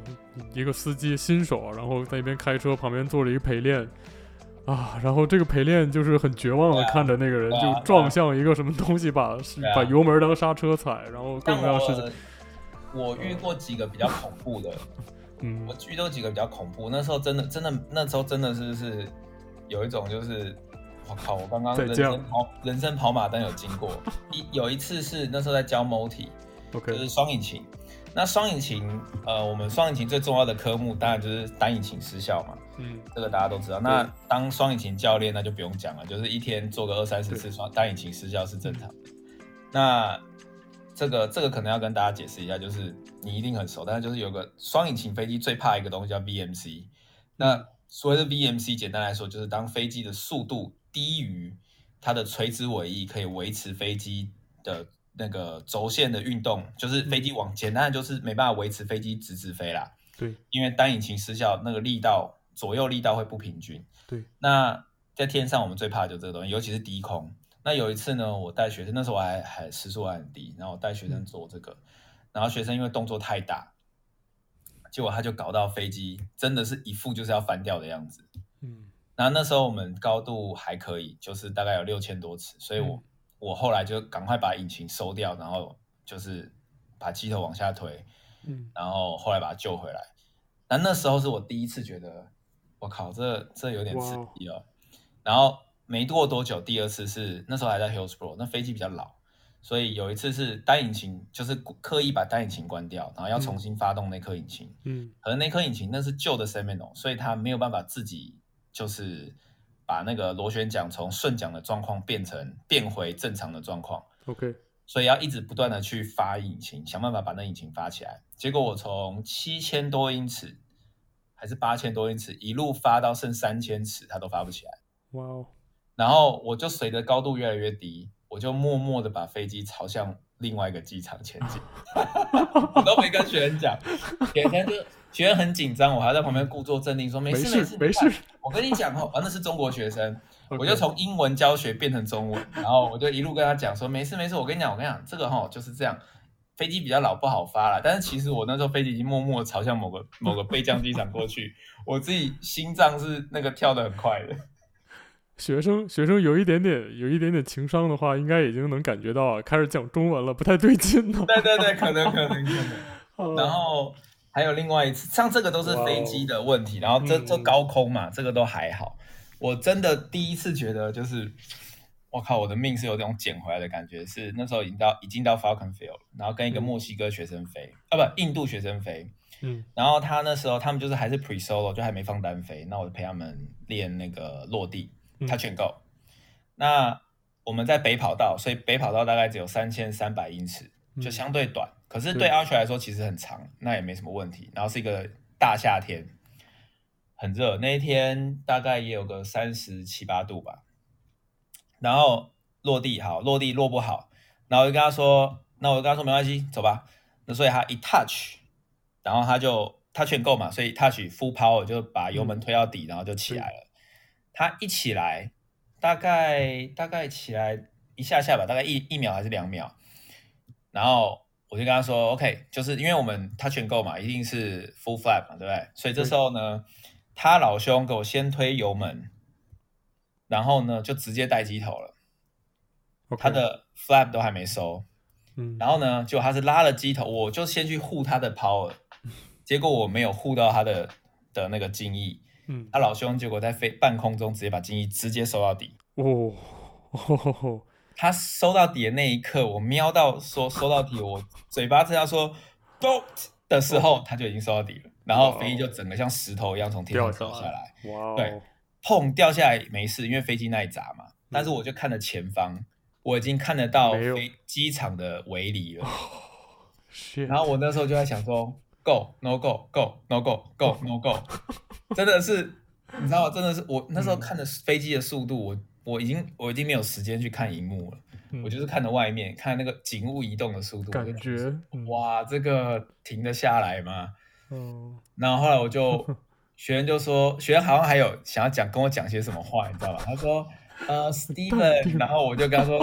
A: 一个司机新手，然后在那边开车，旁边坐着一个陪练。啊，然后这个陪练就是很绝望的
B: 对啊
A: 看着那个人
B: 对啊对
A: 就
B: 啊
A: 撞向一个什么东西，把
B: 对啊
A: 把油门当刹车踩，然后各
B: 但
A: 种各样的事情
B: 我。我遇过几个比较恐怖的，
A: 嗯
B: 我遇到几个比较恐怖，那时候真的真的那时候真的是是有一种就是，我靠，我刚刚
A: 再
B: 人
A: 见
B: 生跑人生跑马灯有经过，一有一次是那时候在教 multi，
A: ，OK，
B: 就是双引擎。那双引擎，呃，我们双引擎最重要的科目当然就是单引擎失效嘛，
A: 嗯，
B: 这个大家都知道。那当双引擎教练那就不用讲了，就是一天做个二三十次双单引擎失效是正常的。那这个这个可能要跟大家解释一下，就是你一定很熟，但是就是有个双引擎飞机最怕一个东西叫 VMC。那所谓的 VMC，简单来说就是当飞机的速度低于它的垂直尾翼可以维持飞机的那个轴线的运动，就是飞机往简单的就是没办法维持飞机直直飞啦。
A: 对，
B: 因为单引擎失效，那个力道左右力道会不平均。
A: 对，
B: 那在天上我们最怕的就是这个东西，尤其是低空。那有一次呢，我带学生，那时候我还还时速还很低，然后我带学生做这个，然后学生因为动作太大，结果他就搞到飞机真的是一副就是要翻掉的样子。
A: 嗯
B: 然后那时候我们高度还可以，就是大概有六千多尺，所以我、
A: 嗯
B: 我后来就赶快把引擎收掉，然后就是把机头往下推，
A: 嗯
B: 然后后来把它救回来。那那时候是我第一次觉得，我靠，这这有点刺激哦。然后没过多久，第二次是那时候还在 Hillsboro，那飞机比较老，所以有一次是单引擎，就是刻意把单引擎关掉，然后要重新发动那颗引擎。
A: 嗯
B: 可能那颗引擎那是旧的 Seminole，所以它没有办法自己就是把那个螺旋桨从顺桨的状况变成变回正常的状况。
A: ，OK，
B: 所以要一直不断的去发引擎，想办法把那引擎发起来。结果我从七千多英尺还是八千多英尺一路发到剩三千尺，它都发不起来。
A: 哇哦，
B: 然后我就随着高度越来越低，我就默默的把飞机朝向另外一个机场前进， 我都没跟学生讲。学生就学生很紧张，我还在旁边故作镇定说没事
A: 事
B: 事
A: 没
B: 没
A: 事。
B: 我跟你讲哦，啊那是中国学生，
A: OK
B: 我就从英文教学变成中文，然后我就一路跟他讲说，没事没事，我跟你讲，我跟你讲，这个哈就是这样，飞机比较老不好发了，但是其实我那时候飞机已经默默地朝向某个某个备降机场过去，我自己心脏是那个跳得很快的，
A: 学生学生有一点点有一点点情商的话，应该已经能感觉到啊，开始讲中文了，不太对劲呢。
B: 对对对，可能可能可能，
A: 啊
B: 然后还有另外一次，像这个都是飞机的问题，然后这这
A: 嗯嗯
B: 高空嘛，这个都还好。我真的第一次觉得就是，我靠，我的命是有种捡回来的感觉。是那时候已经到已经到 Falcon Field，了然后跟一个
A: 嗯
B: 墨西哥学生飞，啊不，印度学生飞，
A: 嗯
B: 然后他那时候他们就是还是 pre solo，就还没放单飞，那我就陪他们练那个落地
A: 嗯
B: touch and go。那我们在北跑道，所以北跑道大概只有三千三百英尺，就
A: 嗯
B: 相对短，可是
A: 对
B: 对 Ultra 来说其实很长，那也没什么问题。然后是一个大夏天，很热，那一天大概也有个三十七八度吧。然后落地好，落地落不好，然后我就跟他说，那我就跟他说没关系，走吧。那所以他一 touch，然后他就他全够嘛，所以 touch full power 就把油
A: 嗯
B: 门推到底，然后就起来了。他一起来，大概大概起来一下下吧，大概一一秒还是两秒。然后我就跟他说，OK，就是因为我们他全够嘛，一定是 full flap 嘛，对不对？所以这时候呢，他老兄给我先推油门，然后呢就直接带机头了，
A: ，OK，
B: 他的 flap 都还没收。
A: 嗯，
B: 然后呢，就他是拉了机头，我就先去护他的 power，结果我没有护到他的的那个襟翼，
A: 嗯
B: 他老兄结果在飞半空中直接把襟翼直接收到底。
A: 哦哦，
B: 他收到底的那一刻，我瞄到说收到底，我嘴巴正要说 boat 的时候，他就已经收到底了。然后飞机就整个像石头一样从天上掉
A: 掉
B: 下
A: 下
B: 来，
A: 哇哦，
B: 对砰掉下来没事，因为飞机那一砸嘛。但是我就看着前方，我已经看得到
A: 嗯没有
B: 飞机场的围篱了。
A: ，shit，
B: 然后我那时候就在想说，go no go go no go go no go，真 的是，你知道，真的是我那
A: 嗯
B: 时候看着飞机的速度，我我已经我已经没有时间去看荧幕了，
A: 嗯
B: 我就是看着外面，看那个景物移动的速度，我就
A: 感
B: 想说，
A: 觉，嗯，
B: 哇，这个停得下来吗？
A: 嗯，
B: 然后后来我就学员就说，学员好像还有想要讲跟我讲些什么话，你知道吧？他说，呃，Steven，然后我就跟他说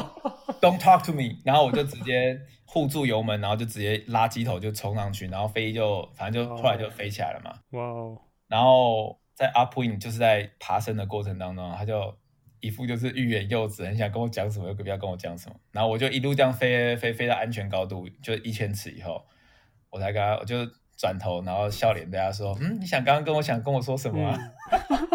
B: ，Don't talk to me，然后我就直接护住油门，然后就直接拉机头就冲上去，然后飞机就反正就
A: 哦
B: 后来就飞起来了嘛。
A: 哇哦，
B: 然后在 up wing 就是在爬升的过程当中，他就一副就是欲言又止，很想跟我讲什么，又不要跟我讲什么。然后我就一路这样飞飞飞到安全高度，就一千尺以后，我才跟他，我就转头，然后笑脸对他说：“嗯，你想刚刚跟我想跟我说什么、啊？”
A: 嗯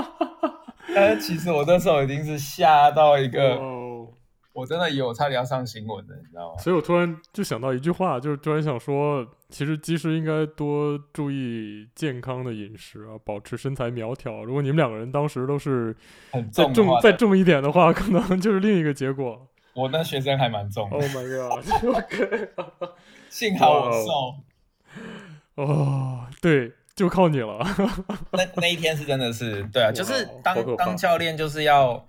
B: 但是其实我那时候已经是吓到一
A: 哇
B: 个，
A: 哦。
B: 我真的以为我差点要上新闻了，你知道吗？
A: 所以我突然就想到一句话，就是突然想说，其实技师应该多注意健康的饮食啊，保持身材苗条。如果你们两个人当时都是
B: 很
A: 再
B: 重的
A: 重
B: 话，
A: 再重一点的话，可能就是另一个结 果。
B: 我那学生还蛮重的
A: Oh my god！OK，
B: 幸好
A: 哇
B: 我
A: 哦
B: 瘦。
A: 哦，对，就靠你了。
B: 那那一天是真的是，对啊，就是
A: 哇好可
B: 当
A: 怕
B: 当教练就是要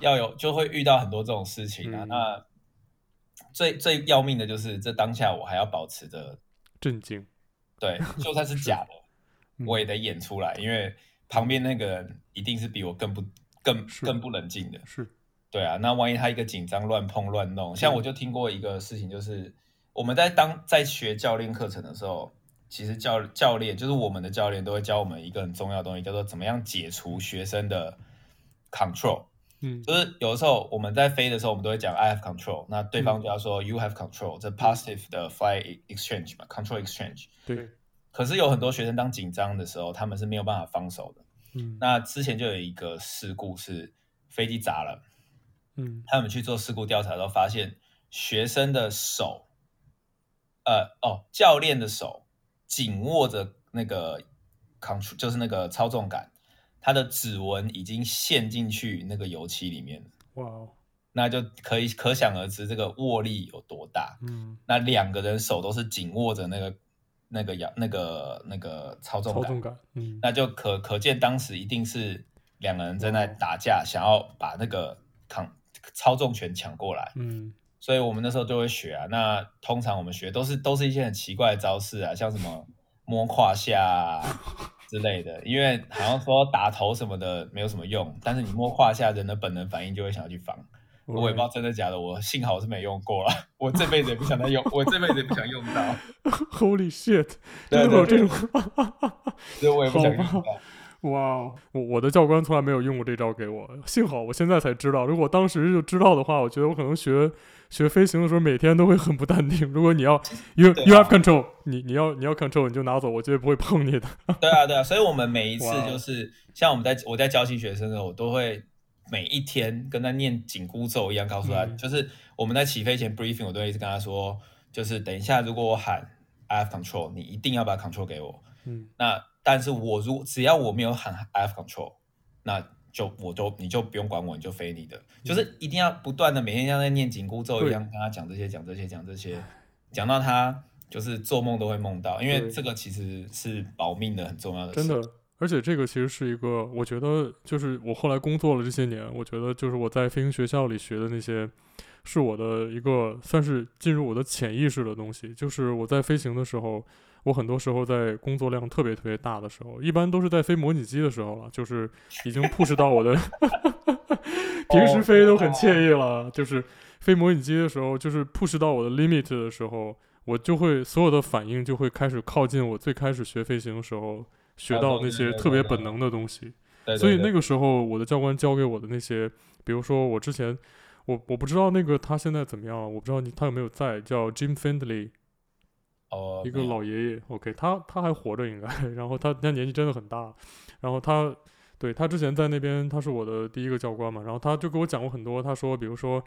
B: 要有就会遇到很多这种事情啊。
A: 嗯
B: 那最最要命的就是这当下我还要保持着，
A: 震惊！
B: 对，就算是假 的，
A: 嗯
B: 我也得演出来，因为旁边那个人一定是比我更不更
A: 是
B: 更不冷静的。
A: 是，
B: 对啊，那万一他一个紧张乱碰乱弄，像
A: 嗯
B: 我就听过一个事情，就是我们在当在学教练课程的时候，其实教教练就是我们的教练都会教我们一个很重要的东西，叫做怎么样解除学生的 control。
A: 嗯
B: 就是有的时候我们在飞的时候，我们都会讲 I have control，那对方
A: 嗯
B: 就要说 You have control，这 positive 的 fly exchange 嘛，control exchange。
A: 对，
B: 可是有很多学生当紧张的时候，他们是没有办法防守的。
A: 嗯
B: 那之前就有一个事故是飞机砸了。
A: 嗯
B: 他们去做事故调查的时候，发现学生的手，呃，哦，教练的手紧握着那个 control，就是那个操纵杆，他的指纹已经陷进去那个油漆里面了，
A: 哇哦，
B: 那就可以可想而知这个握力有多大。
A: 嗯，
B: 那两个人手都是紧握着那个那个摇那个那个操纵
A: 操
B: 杆
A: 纵，感，嗯
B: 那就可可见当时一定是两个人正在
A: 哇哦
B: 打架，想要把那个扛操纵权抢过来。
A: 嗯
B: 所以我们那时候就会学啊。那通常我们学都是都是一些很奇怪的招式啊，像什么摸胯下啊之类的，因为好像说打头什么的没有什么用，但是你摸胯下，人的本能反应就会想要去防。我也不知道真的假的，我幸好我是没用过啦，我这辈子也不想再用，我这辈子也不想用到，
A: ，Holy shit！
B: 对
A: 真的会有 这
B: 对
A: 种，
B: 所以我也不想用
A: 好吧
B: 到。
A: 哇哦！我我的教官从来没有用过这招给我，幸好我现在才知道。如果当时就知道的话，我觉得我可能学学飞行的时候每天都会很不淡定。如果你要 you
B: 对啊
A: you have control 你你要你要 control 你就拿走，我绝对不会碰你的。
B: 对啊，对啊，所以我们每一次
A: 哇哦
B: 就是像我们在我在教新学生的时候，我都会每一天跟他念紧箍咒一样，告诉他，
A: 嗯
B: 就是我们在起飞前 briefing，我都会一直跟他说，就是等一下如果我喊 I have control，你一定要把 control 给我。
A: 嗯，
B: 那但是我如只要我没有喊 I have control，那就我都你就不用管我，你就飞你的，
A: 嗯
B: 就是一定要不断的每天像在念紧箍咒一样跟他讲这些讲这些讲这些，讲到他就是做梦都会梦到，因为
A: 对
B: 这个其实是保命的很重要的事。
A: 真的。而且这个其实是一个，我觉得就是我后来工作了这些年，我觉得就是我在飞行学校里学的那些，是我的一个算是进入我的潜意识的东西。就是我在飞行的时候，我很多时候在工作量特别特别大的时候，一般都是在飞模拟机的时候了，就是已经 push 到我的 平时飞都很惬意了，就是飞模拟机的时候，就是 push 到我的 limit 的时候，我就会所有的反应就会开始靠近我最开始学飞行的时候学到那些特别本能的东西。啊
B: 对，对
A: 所以
B: 对
A: 那个时候我的教官教给我的那些，比如说我之前，我我不知道那个他现在怎么样了，我不知道你他有没有在，叫 Jim Findley，
B: 哦，
A: 一个老爷爷，OK，他他还活着应该，然后他他年纪真的很大，然后他对他之前在那边他是我的第一个教官嘛，然后他就给我讲过很多，他说比如说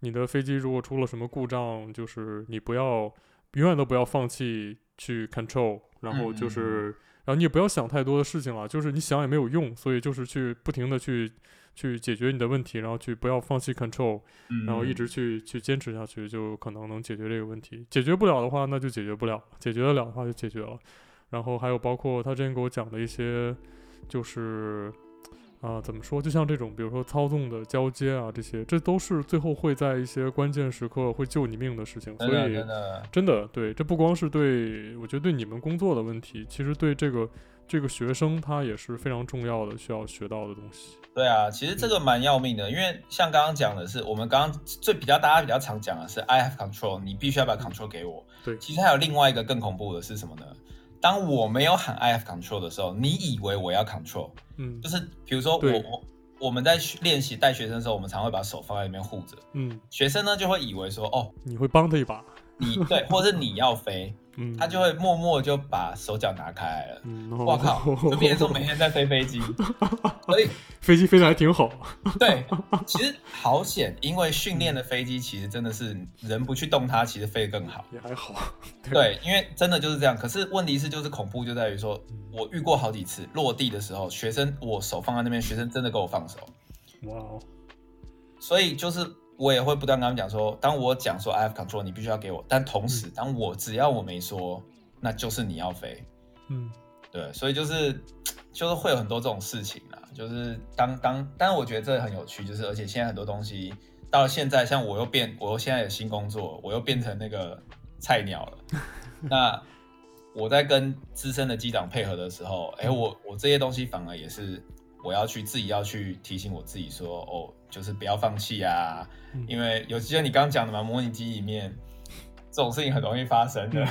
A: 你的飞机如果出了什么故障，就是你不要永远都不要放弃去 control，然后就
B: 嗯
A: 是、然后你也不要想太多的事情了，就是你想也没有用，所以就是去不停的去去解决你的问题，然后去不要放弃 control，
B: 嗯
A: 然后一直去去坚持下去，就可能能解决这个问题。解决不了的话，那就解决不了；解决得了的话，就解决了。然后还有包括他之前给我讲的一些，就是啊、怎么说，就像这种，比如说操纵的交接啊，这些，这都是最后会在一些关键时刻会救你命的事情。所
B: 嗯真的
A: 以
B: 真的
A: 真的对，这不光是对我觉得对你们工作的问题，其实对这个这个学生他也是非常重要的，需要学到的东西。
B: 对啊，其实这个蛮要命的，因为像刚刚讲的是，我们刚刚最比较大家比较常讲的是 I have control，你必须要把 control 给我。
A: 对
B: 其实还有另外一个更恐怖的是什么呢？当我没有喊 I have control 的时候，你以为我要 control，
A: 嗯
B: 就是比如说我
A: 对
B: 我我们在学练习带学生的时候，我们常会把手放在里面护着，
A: 嗯，
B: 学生呢就会以为说哦，
A: 你会帮他一把。
B: 你对，或者是你要飞，
A: 嗯，
B: 他就会默默就把手脚拿开来了。
A: 嗯，
B: 我 靠，就变成说每天在飞飞机，所以
A: 飞机飞得还挺好。
B: 对，其实好险，因为训练的飞机其实真的是人不去动它，其实飞得更好。
A: 也还好。
B: 对，因为真的就是这样。可是问题是，就是恐怖就在于说，我遇过好几次落地的时候，学生我手放在那边，学生真的给我放手，
A: 哇哦，
B: 所以就是我也会不断跟他们讲说，当我讲说 I have control，你必须要给我，但同时，当我只要我没说，那就是你要飞。
A: 嗯，
B: 对，所以就是就是会有很多这种事情啦，就是当当，但是我觉得这很有趣，就是而且现在很多东西到了现在，像我又变，我又现在有新工作，我又变成那个菜鸟了。那我在跟资深的机长配合的时候，哎，我我这些东西反而也是我要去自己要去提醒我自己说，哦，就是不要放弃啊，
A: 嗯
B: 因为有些你刚刚讲的嘛，模拟机里面这种事情很容易发生的。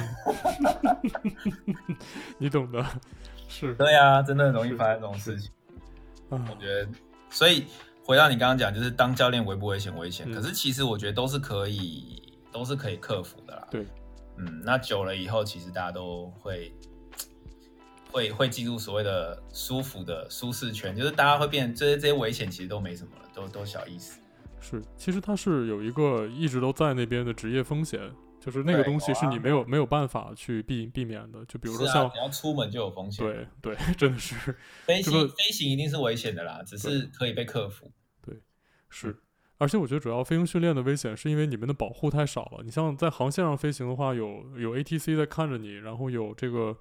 A: 你懂的，是
B: 对啊，真的很容易发生这种事情。
A: 啊
B: 我，觉得，所以回到你刚刚讲，就是当教练危不危险？危险，
A: 嗯
B: 可是其实我觉得都是可以，都是可以克服的啦。
A: 对，
B: 嗯，那久了以后，其实大家都会会会进入所谓的舒服的舒适圈，就是大家会变，这些这些危险其实都没什么了，都都小意思。
A: 是，其实它是有一个一直都在那边的职业风险，就是那个
B: 对
A: 东西
B: 有啊
A: 是你没有没有办法去避避免的。就比如说
B: 是啊
A: 像，
B: 你要出门就有风险，，
A: 对对， 真的是
B: 飞
A: 这个
B: 行飞行一定是危险的啦，只是可以被克服。
A: 是。而且我觉得主要飞行训练的危险是因为你们的保护太少了。你像在航线上飞行的话，有有 ATC 在看着你，然后有这个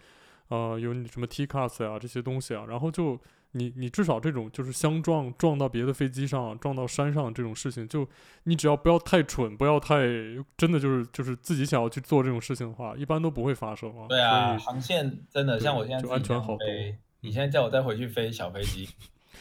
A: 呃有你什么 T cuts 啊这些东西啊，然后就你你至少这种就是相撞撞到别的飞机上、撞到山上这种事情，就你只要不要太蠢，不要太真的就是就是自己想要去做这种事情的话，一般都不会发生啊。
B: 对啊，
A: 所
B: 航线真的
A: 对
B: 像我现在
A: 就
B: 自己
A: 安全
B: 想
A: 好多
B: 飞，你现在叫我再回去飞小飞机，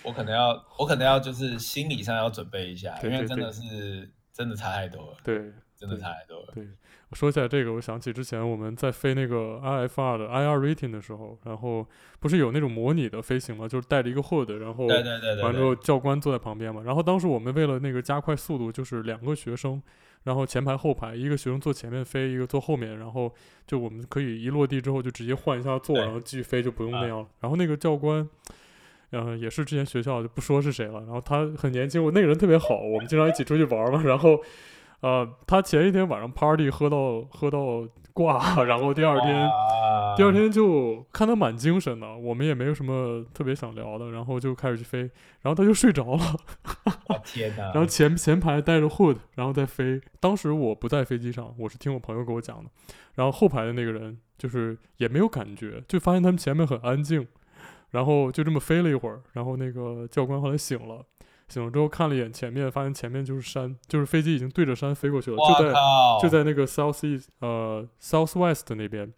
B: 我可能要我可能要就是心理上要准备一下，
A: 对
B: 因为
A: 对
B: 真的
A: 对
B: 是真的差太多了，
A: 以对，
B: 真的
A: 对
B: 差太多了。
A: 对，我说起来这个，我想起之前我们在飞那个 IFR 的 IR rating 的时候，然后不是有那种模拟的飞行吗？就是带着一个 hood，然后
B: 对对对对
A: 完之
B: 对，
A: 后教官坐在旁边嘛。然后当时我们为了那个加快速度，就是两个学生，然后前排后排，一个学生坐前面飞，一个坐后面，然后就我们可以一落地之后就直接换一下座，
B: 对
A: 然后继续飞，就不用
B: 啊
A: 那样了。然后那个教官，呃，也是之前学校就不说是谁了，然后他很年轻，我那个人特别好，我们经常一起出去玩嘛，然 后。呃，他前一天晚上 party 喝到喝到挂， 然后第二天
B: 哇
A: 第二天就看他蛮精神的，我们也没有什么特别想聊的，然后就开始去飞，然后他就睡着了，
B: 哇天哪！
A: 然后前前排带着 hood，然后再飞。当时我不在飞机上，我是听我朋友给我讲的，然后后排的那个人就是也没有感觉，就发现他们前面很安静，然后就这么飞了一会儿，然后那个教官后来醒了。醒了之后看了一眼前面，发现前面就是山，就是飞机已经对着山飞过去了，
B: 哇
A: 就在
B: 靠，
A: 就在那个 south east 呃 southwest 那边，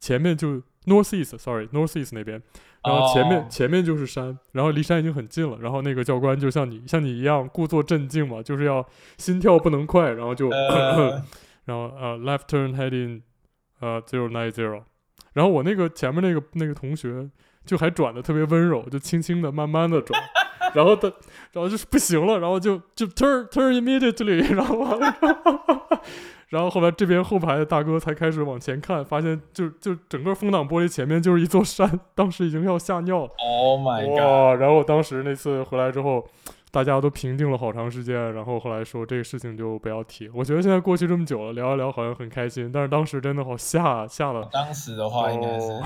A: 前面就 north east sorry north east 那边，然后前面、
B: 哦
A: 前面就是山，然后离山已经很近了，然后那个教官就像你像你一样故作镇静嘛，就是要心跳不能快，然后就、
B: 呃
A: 然后呃 left turn heading 呃 zero nine zero，然后我那个前面那个那个同学就还转的特别温柔，就轻轻的慢慢的转。然后他，然后就是不行了，然后就就 turn turn immediately，然后 完了之后然后后来这边后排的大哥才开始往前看，发现就就整个风挡玻璃前面就是一座山，当时已经要吓尿了。
B: ，Oh my God！
A: 哇！然后当时那次回来之后，大家都平静了好长时间，然后后来说这个事情就不要提。我觉得现在过去这么久了，聊一聊好像很开心，但是当时真的好吓吓了。
B: 当时的话应该是，
A: 哦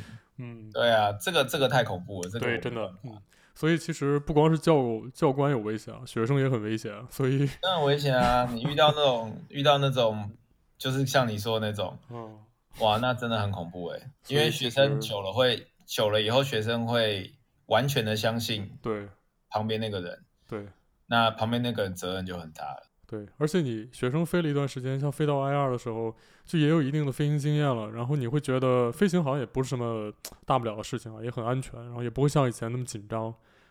A: 嗯，
B: 对啊，这个这个太恐怖了，这个
A: 对，
B: 我
A: 真的，嗯
B: 没办法，。
A: 所以其实不光是教教官有危险啊，学生也很危险啊，所以，
B: 那很危险啊！你遇到那种遇到那种，就是像你说的那种，
A: 嗯，
B: 哇，那真的很恐怖哎，
A: 所以
B: 因为学生
A: 其实
B: 久了会久了以后，学生会完全的相信
A: 对
B: 旁边那个人，
A: 对。
B: 那旁边那个人责任就很大了。
A: 对，而且你学生飞了一段时间，像飞到 I 二的时候，就也有一定的飞行经验了，然后你会觉得飞行好像也不是什么大不了的事情啊，也很安全，然后也不会像以前那么紧张，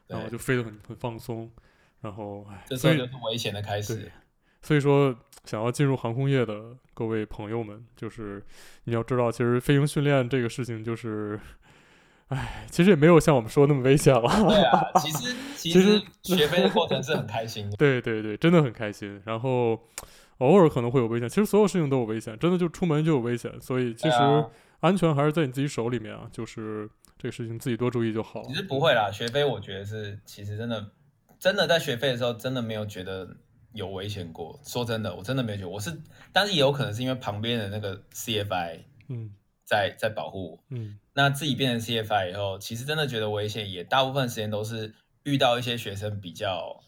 A: 然后
B: 对
A: 就飞得很很放松，然后哎，
B: 这时
A: 所
B: 候就
A: 以
B: 是危险的开始
A: 对。所以说想要进入航空业的各位朋友们，就是你要知道，其实飞行训练这个事情就是，哎，其实也没有像我们说那么危险了，
B: 对啊，其实其
A: 其实。
B: 实学飞的过程是很开心的
A: 对对对，真的很开心。然后偶尔可能会有危险，其实所有事情都有危险，真的就出门就有危险。所以其
B: 对
A: 实
B: 啊
A: 安全还是在你自己手里面啊，就是这个事情自己多注意就好了
B: 其。实不会啦，学飞我觉得是，其实真的真的在学飞的时候，真的没有觉得有危险过。说真的，我真的没有觉得，我是，但是也有可能是因为旁边的那个 CFI
A: 嗯
B: 在在保护我。
A: 嗯
B: 那自己变成 CFI 以后，其实真的觉得危险，也大部分时间都是遇到一些学生比较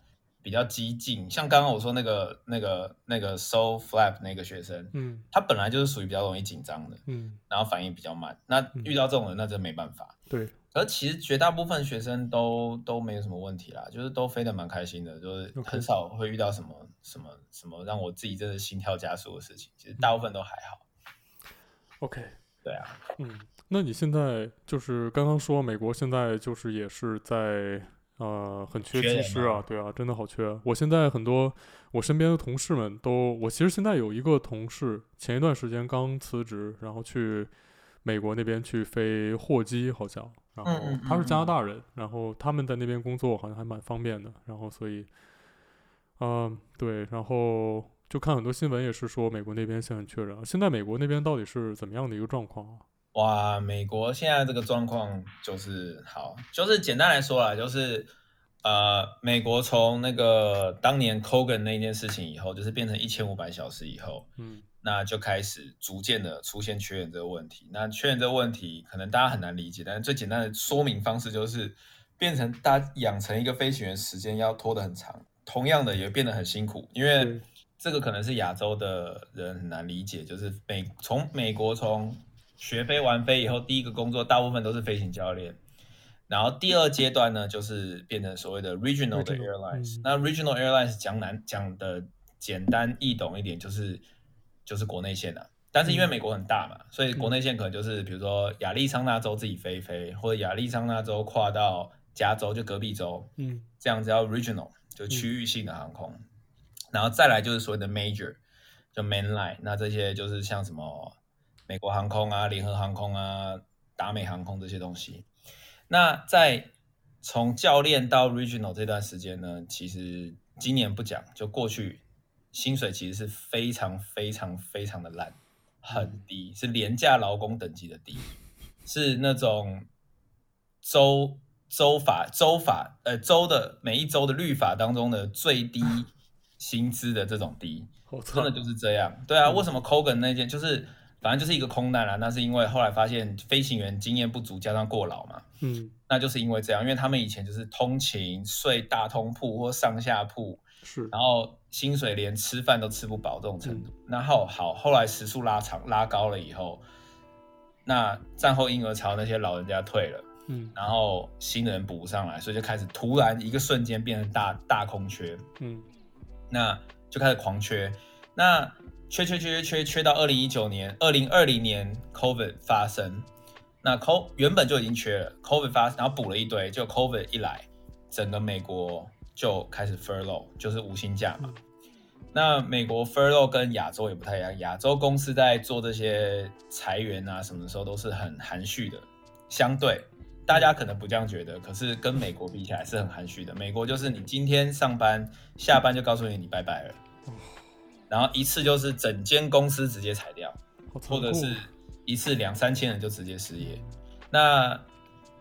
B: 比较激进，像刚刚我说那个那个那个 so flap 那个学生，
A: 嗯
B: 他本来就是属于比较容易紧张的，
A: 嗯，
B: 然后反应比较慢。那遇到这种人，那真没办法。
A: 对，
B: 而其实绝大部分学生都都没有什么问题啦，就是都飞得蛮开心的，就是
A: OK
B: 很少会遇到什么什么什么让我自己真的心跳加速的事情。其实大部分都还好。
A: OK，
B: 对啊，
A: 嗯，那你现在就是刚刚说美国现在就是也是在呃很缺
B: 缺
A: 技
B: 人
A: 师
B: 嘛
A: 啊，对啊，真的好缺。我现在很多我身边的同事们都，我其实现在有一个同事前一段时间刚辞职，然后去美国那边去飞货机，好像，然后
B: 嗯嗯
A: 他是加拿
B: 嗯嗯
A: 大人，然后他们在那边工作好像还蛮方便的，然后所以，嗯、对，然后。就看很多新闻也是说美国那边现在很缺人啊，现在美国那边到底是怎么样的一个状况啊？
B: 哇，美国现在这个状况就是好，就是简单来说啦，就是呃，美国从那个当年 Kogan 那件事情以后，就是变成一千五百小时以后，
A: 嗯
B: 那就开始逐渐的出现缺人这个问题。那缺人这个问题，可能大家很难理解，但是最简单的说明方式就是，变成大家养成一个飞行员时间要拖得很长，同样的也变得很辛苦，因
A: 对
B: 为这个可能是亚洲的人很难理解，就是美从美国从学飞完飞以后，第一个工作大部分都是飞行教练。然后第二阶段呢，就是变成所谓的 regional 的
A: Regional，
B: airlines，、
A: 嗯
B: 那 regional airlines 讲难讲的简单易懂一点，就是就是国内线啊。但是因为
A: 嗯
B: 美国很大嘛，所以国内线可能就是比如说亚利桑那州自己飞一飞，或者亚利桑那州跨到加州就隔壁州，
A: 嗯
B: 这样子叫 regional 就区域性的航空。然后再来就是所谓的 major 就 mainline，那这些就是像什么美国航空啊、联合航空啊、达美航空这些东西。那在从教练到 regional 这段时间呢，其实今年不讲，就过去薪水其实是非常非常非常的烂，很低，是廉价劳工等级的低，是那种州州法州法呃州的每一州的律法当中的最低薪资的这种低，
A: 好
B: 真
A: 惨
B: 的，就是这样。对啊，为什么 Kogan 那件就是反正就是一个空难啊啦、那是因为后来发现飞行员经验不足加上过劳嘛，
A: 嗯，
B: 那就是因为这样，因为他们以前就是通勤睡大通铺或上下铺，
A: 是，
B: 然后薪水连吃饭都吃不饱这种程度。然后好，后来时速拉长拉高了以后，那战后婴儿潮那些老人家退了，
A: 嗯
B: 然后新人补上来，所以就开始突然一个瞬间变成大大空缺，
A: 嗯
B: 那就开始狂缺，那缺缺缺缺缺缺到二零一九年、二零二零年 COVID 发生，那 CO 原本就已经缺了，COVID 发然后补了一堆，就 COVID 一来，整个美国就开始 furlough，就是无薪假嘛。那美国 furlough 跟亚洲也不太一样，亚洲公司在做这些裁员啊什么的时候都是很含蓄的，相对大家可能不这样觉得，可是跟美国比起来是很含蓄的。美国就是你今天上班下班就告诉你你拜拜了，然后一次就是整间公司直接裁掉，
A: 好残
B: 或者
A: 酷
B: 是一次两三千人就直接失业。那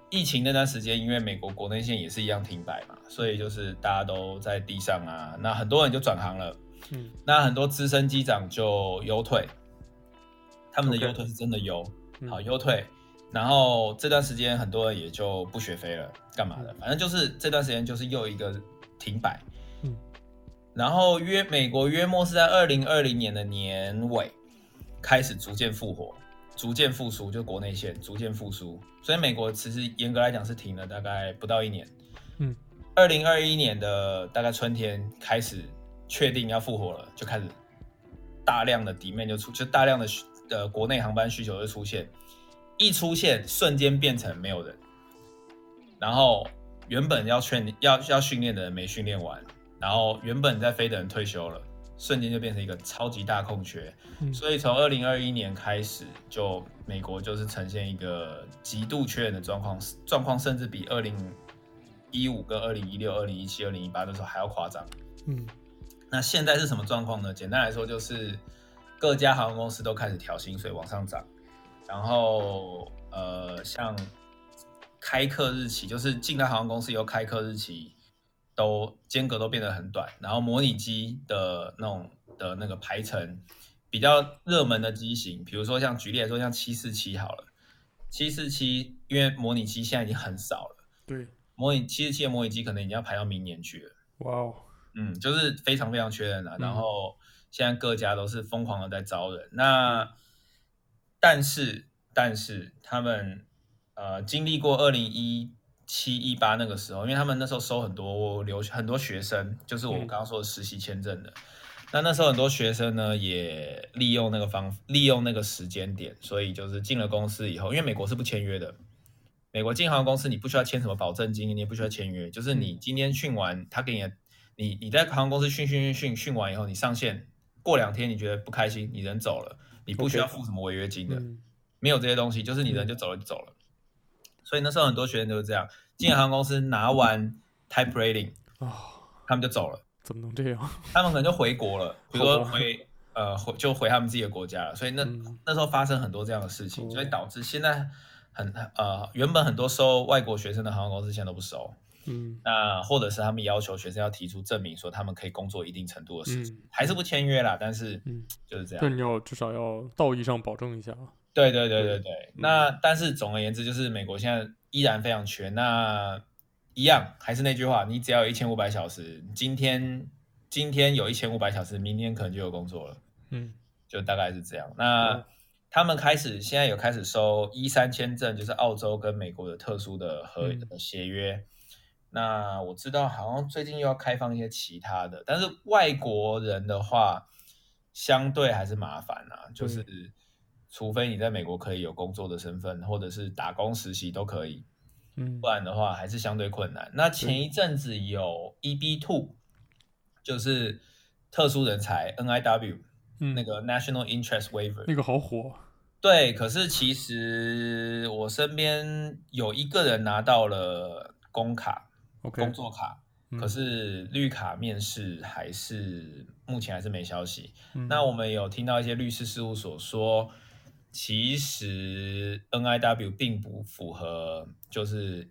B: 疫情那段时间，因为美国国内线也是一样停摆嘛，所以就是大家都在地上啊，那很多人就转行了。
A: 嗯
B: 那很多资深机长就优退，他们的
A: OK
B: 优退是真的优
A: 嗯
B: 好优退。然后这段时间很多人也就不学飞了，干嘛的？反正就是这段时间就是又一个停摆。
A: 嗯，
B: 然后约美国约莫是在二零二零年的年尾开始逐渐复活，逐渐复苏，就国内线逐渐复苏。所以美国其实严格来讲是停了大概不到一年。
A: 嗯，
B: 二零二一年的大概春天开始确定要复活了，就开始大量的 demand 就出，就大量的需呃国内航班需求就出现，一出现瞬间变成没有人，然后原本要训要要训练的人没训练完，然后原本在飞的人退休了，瞬间就变成一个超级大空缺。
A: 嗯
B: 所以从二零二一年开始，就美国就是呈现一个极度缺人的状况，状况甚至比二零一五跟二零一六、二零一七、二零一八的时候还要夸张。
A: 嗯
B: 那现在是什么状况呢？简单来说，就是各家航空公司都开始调薪水往上涨，然后呃，像开课日期，就是进来航空公司以后开课日期都间隔都变得很短，然后模拟机的那种的那个排程比较热门的机型，比如说像举例来说，像七四七好了，七四七因为模拟机现在已经很少了，
A: 对，
B: 模拟七四七的模拟机可能已经要排到明年去了。
A: 哇哦，
B: 嗯，就是非常非常缺人啊。
A: 嗯
B: 然后现在各家都是疯狂的在招人。那但是但是他们呃经历过二零一七一八那个时候，因为他们那时候收很多留很多学生，就是我
A: 嗯
B: 刚刚说的实习签证的。那那时候很多学生呢，也利用那个方，利用那个时间点，所以就是进了公司以后，因为美国是不签约的，美国进航空公司你不需要签什么保证金，你也不需要签约，就是
A: 嗯
B: 你今天训完，他给你的，你你在航空公司训训训训训完以后，你上线，过两天你觉得不开心，你人走了，你不需要
A: OK
B: 付什么违约金的。
A: 嗯
B: 没有这些东西，就是你人就走了就走了。所以那时候很多学员就是这样，进了航空公司拿完 type rating，
A: 啊，
B: 他们就走了，
A: 怎么能这样？
B: 他们可能就回国了，比如
A: 好
B: 说
A: 吧
B: 回呃回就回他们自己的国家了。所以那、
A: 哦嗯
B: 那时候发生很多这样的事情，
A: 哦
B: 所以导致现在很呃原本很多收外国学生的航空公司现在都不收，
A: 嗯
B: 那或者是他们要求学生要提出证明说他们可以工作一定程度的事情，
A: 嗯
B: 还是不签约啦，但是
A: 嗯，
B: 就是这样。
A: 但你要至少要道义上保证一下啊，
B: 对对对对
A: 对
B: 嗯对，那但是总而言之，就是美国现在依然非常缺。那一样还是那句话，你只要有一千五百小时，今天今天有一千五百小时，明天可能就有工作了，
A: 嗯
B: 就大概是这样。那、
A: 嗯
B: 他们开始现在有开始收一三签证，就是澳洲跟美国的特殊的合
A: 嗯
B: 的协约。那我知道好像最近又要开放一些其他的，但是外国人的话，相对还是麻烦啊，就是
A: 嗯
B: 除非你在美国可以有工作的身份，或者是打工实习都可以，
A: 嗯
B: 不然的话还是相对困难。那前一阵子有 EB Two，就是特殊人才 NIW
A: 嗯，
B: 那个 National Interest Waiver，
A: 那个好火，
B: 对，可是其实我身边有一个人拿到了工卡，
A: OK，
B: 工作卡，
A: 嗯
B: 可是绿卡面试还是目前还是没消息。
A: 嗯
B: 那我们有听到一些律师事务所说，其实 NIW 并不符合，就是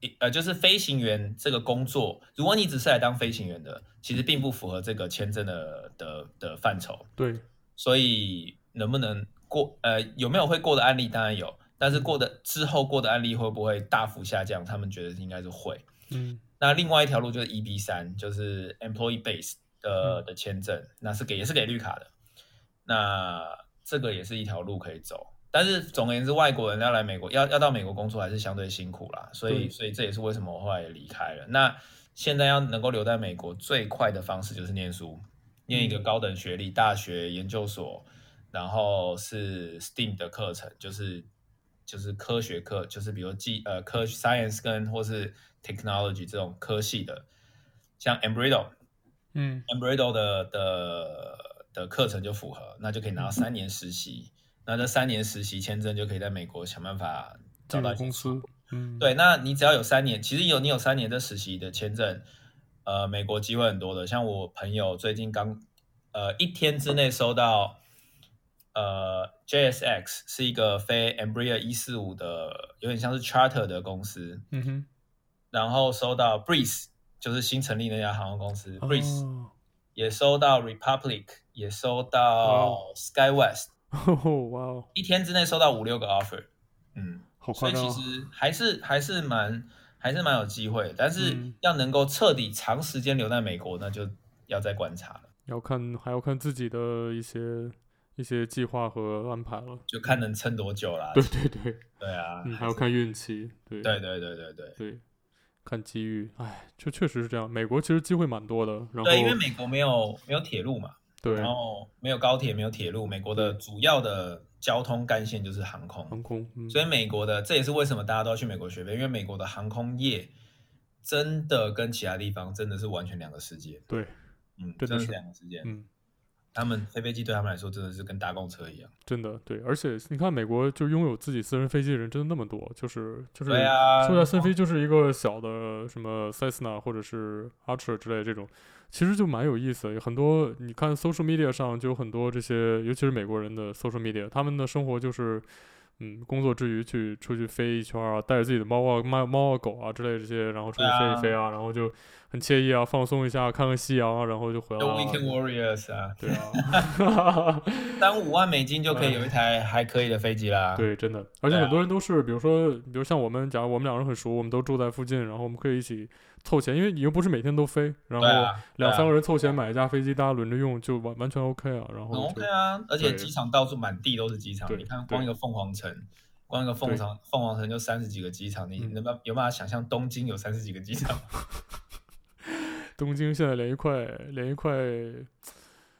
B: 一呃，就是飞行员这个工作，如果你只是来当飞行员的，其实并不符合这个签证的的的范畴。
A: 对，
B: 所以能不能过？呃，有没有会过的案例？当然有，但是过的之后过的案例会不会大幅下降？他们觉得应该是会。
A: 嗯
B: 那另外一条路就是 EB 三，就是 Employee Base 的的签证，那是给也是给绿卡的。那这个也是一条路可以走，但是总而言之，外国人要来美国，要要到美国工作还是相对辛苦啦。所以
A: 对
B: 所以这也是为什么我后来也离开了。那现在要能够留在美国，最快的方式就是念书，念一个高等学历，大学、研究所，然后是 STEAM 的课程，就是就是科学课，就是比如技呃科 science 跟或是 technology 这种科系的，像 Embry-Riddle
A: 嗯
B: Embry-Riddle 的的的课程就符合，那就可以拿到三年实习。那这三年实习签证就可以在美国想办法找
A: 进
B: 到
A: 入
B: 一些
A: 公司，嗯
B: 对，那你只要有三年，其实有你有三年的实习的签证，呃，美国机会很多的。像我朋友最近刚，呃，一天之内收到，呃，JSX 是一个非 Embraer 一四五的，有点像是 charter 的公司，
A: 嗯哼
B: 然后收到 Breeze，就是新成立那家航空公司、
A: 哦
B: Breeze，也收到 Republic，也收
A: 哦
B: 到 SkyWest，
A: 哇哦，
B: 一天之内收到五六个 offer，嗯。
A: 好夸
B: 所以
A: 张
B: 其
A: 哦，
B: 实还是还是蛮还是蛮有机会的，但是
A: 嗯
B: 要能够彻底长时间留在美国，那就要再观察了，
A: 要看还要看自己的一些一些计划和安排了。
B: 就看能撑多久啦。
A: 对对对，
B: 对啊，
A: 嗯，还
B: 是
A: 要看运气，对
B: 对对对对对
A: 对，看机遇。哎，这确实是这样。美国其实机会蛮多的，然后
B: 对，因为美国没有没有铁路嘛，
A: 对
B: 然后没有高铁，没有铁路，美国的主要的交通干线就是航
A: 航
B: 空，
A: 空，嗯，
B: 所以美国的这也是为什么大家都要去美国学飞，因为美国的航空业真的跟其他地方真的是完全两个世界，
A: 对，
B: 嗯，
A: 真的
B: 真的是
A: 是
B: 两个世界，
A: 嗯，
B: 他们飞飞机对他们来说真的是跟搭公车一样。
A: 真的对。而且你看，美国就拥有自己私人飞机的人真的那么多，就是就是
B: 对啊，
A: 说一下森飞就是一个小的什么 Cessna 或者是 Archer 之类这种，其实就蛮有意思的。有很多你看 social media 上就有很多这些，尤其是美国人的 social media，他们的生活就是，嗯，工作之余去出去飞一圈儿啊，带着自己的猫啊、猫猫啊、狗啊之类这些，然后出去飞一飞啊，然后就很惬意啊，放松一下，看看夕阳啊，然后就回来
B: The
A: 了
B: Weekend Warriors 啊，
A: 对啊，
B: 三五万美金就可以有一台还可以的飞机啦。，
A: 嗯对，真的，而且
B: 啊对
A: 很多人都是，比如说，比如像我们，假如我们两个人很熟，我们都住在附近，然后我们可以一起凑钱，因为你又不是每天都飞，然后
B: 对啊
A: 两
B: 对啊
A: 三个人凑钱买一架飞机，大家轮着用，就完完全 OK 啊。然
B: 很
A: 后就
B: OK 啊，而且
A: 对
B: 机场到处满地都是机场，
A: 对
B: 你看光一个凤凰城。光一个凤凰凤凰城就三十几个机场，你
A: 嗯
B: 能不能有办法想象东京有三十几个机场吗？
A: 东京现在连一块连一块，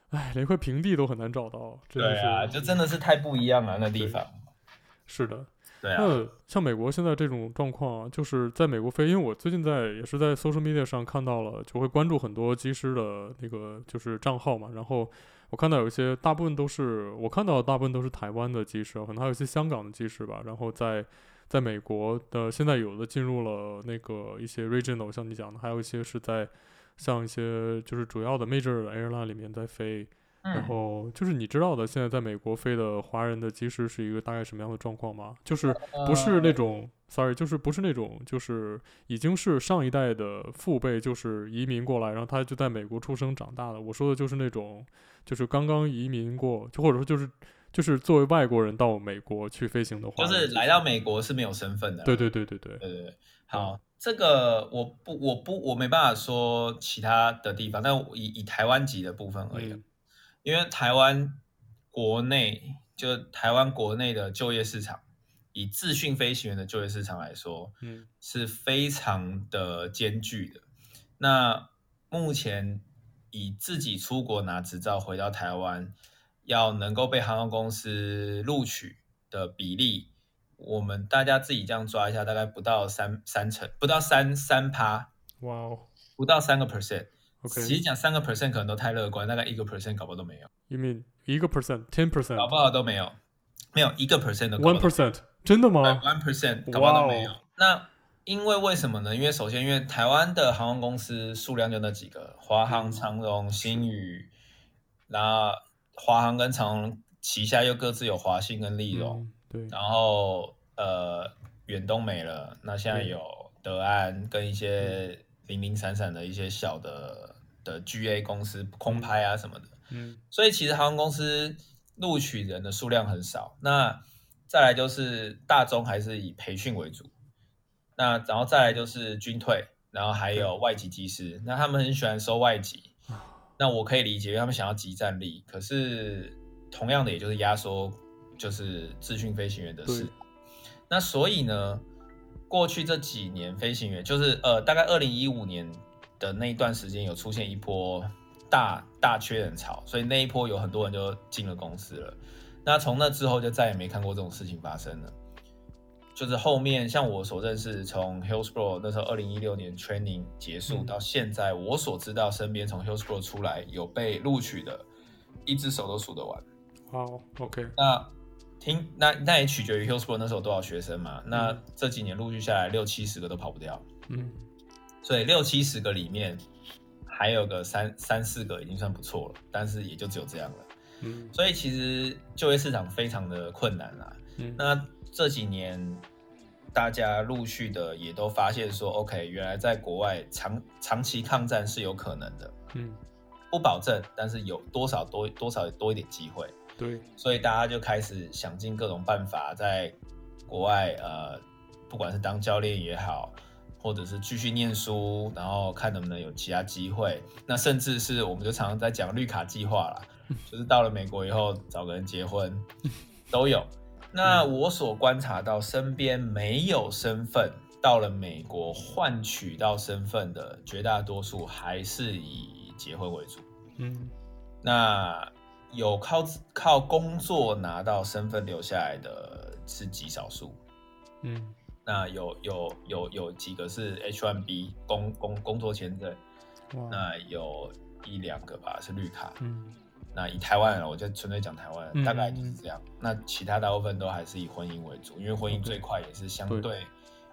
A: 哎，连一块平地都很难找到，真的
B: 对
A: 是。
B: 啊，就真的是太不一样了那地方。
A: 是的，
B: 对啊，
A: 那像美国现在这种状况啊，就是在美国飞，因为我最近在也是在 social media 上看到了，就会关注很多机师的那个就是账号嘛，然后我看到有一些大部分都是我看到大部分都是台湾的机师啊，可能还有一些香港的机师吧，然后在在美国的现在有的进入了那个一些 regional，像你讲的，还有一些是在像一些就是主要的 major airline 里面在飞，然
B: 嗯，
A: 后就是你知道的，现在在美国飞的华人的机师是一个大概什么样的状况吗？就是
B: 呃
A: 不是那种、s o r r y 就是不是那种，就是已经是上一代的父辈，就是移民过来，然后他就在美国出生长大的。我说的就是那种，就是刚刚移民过，就或者说就是就是作为外国人到美国去飞行的话，
B: 就是来到美国是没有身份的啦。啊
A: 对对对对对，
B: 对对嗯对，好，这个我不我不我没办法说其他的地方，但我以以台湾籍的部分而言，啊
A: 嗯
B: 因为台湾国内就台湾国内的就业市场，以自训飞行员的就业市场来说，
A: 嗯
B: 是非常的艰巨的。那目前以自己出国拿执照回到台湾，要能够被航空公司录取的比例，我们大家自己这样抓一下，大概不到三三成，不到三三趴，
A: 哇哦
B: 不到三个 percent。
A: ，OK，
B: 其实讲三个 percent 可能都太乐观，大概一个 percent 搞不好都没有，
A: 移民一个 percent，ten
B: 搞不好都没有，没有一个 percent 的
A: 哦 percent，one percent，真的吗？
B: one percent 搞不好都没有。那因为为什么呢？因为首先，因为台湾的航空公司数量就那几个，华航、长荣、新宇，那华航跟长荣旗下又各自有华信跟利荣，
A: 嗯对，
B: 然后呃，远东没了，那现在
A: 嗯
B: 有德安跟一些零零散散的一些小的的 GA 公司空拍啊什么的，
A: 嗯
B: 所以其实航空公司录取人的数量很少。那再来就是大中还是以培训为主，那然后再来就是军退，然后还有外籍技师，那他们很喜欢收外籍，那我可以理解，因为他们想要集战力，可是同样的也就是压缩就是自训飞行员的事
A: 对。
B: 那所以呢，过去这几年飞行员就是呃，大概二零一五年的那一段时间有出现一波大大缺人潮，所以那一波有很多人就进了公司了。那从那之后就再也没看过这种事情发生了。就是后面像我所认识，从 Hillsboro 那时候二零一六年 training 结束
A: 嗯
B: 到现在，我所知道身边从 Hillsboro 出来有被录取的，一只手都数得完。
A: 哇哦，OK，
B: 那听那那也取决于 Hillsboro 那时候有多少学生嘛。那
A: 嗯
B: 这几年陆续下来，六七十个都跑不掉，
A: 嗯
B: 所以六七十个里面还有个三三四个已经算不错了，但是也就只有这样了。
A: 嗯
B: 所以其实就业市场非常的困难啦、
A: 嗯，
B: 那这几年大家陆续的也都发现说，OK，原来在国外长长期抗战是有可能的，
A: 嗯
B: 不保证，但是有多少多多少多一点机会。
A: 对，
B: 所以大家就开始想尽各种办法，在国外呃，不管是当教练也好，或者是继续念书，然后看能不能有其他机会。那甚至是我们就常常在讲绿卡计划啦，就是到了美国以后找个人结婚都有。那我所观察到，身边没有身份到了美国换取到身份的，绝大多数还是以结婚为主。
A: 嗯
B: 那有靠自靠工作拿到身份留下来的是极少数。
A: 嗯
B: 那有有有有几个是 H1B 工工工作签证，
A: 哇，
B: 那有一两个吧是绿卡。
A: 嗯
B: 那以台湾人，我就纯粹讲台湾人，
A: 嗯
B: 大概就是这样。那其他大部分都还是以婚姻为主，因为婚姻最快也是相对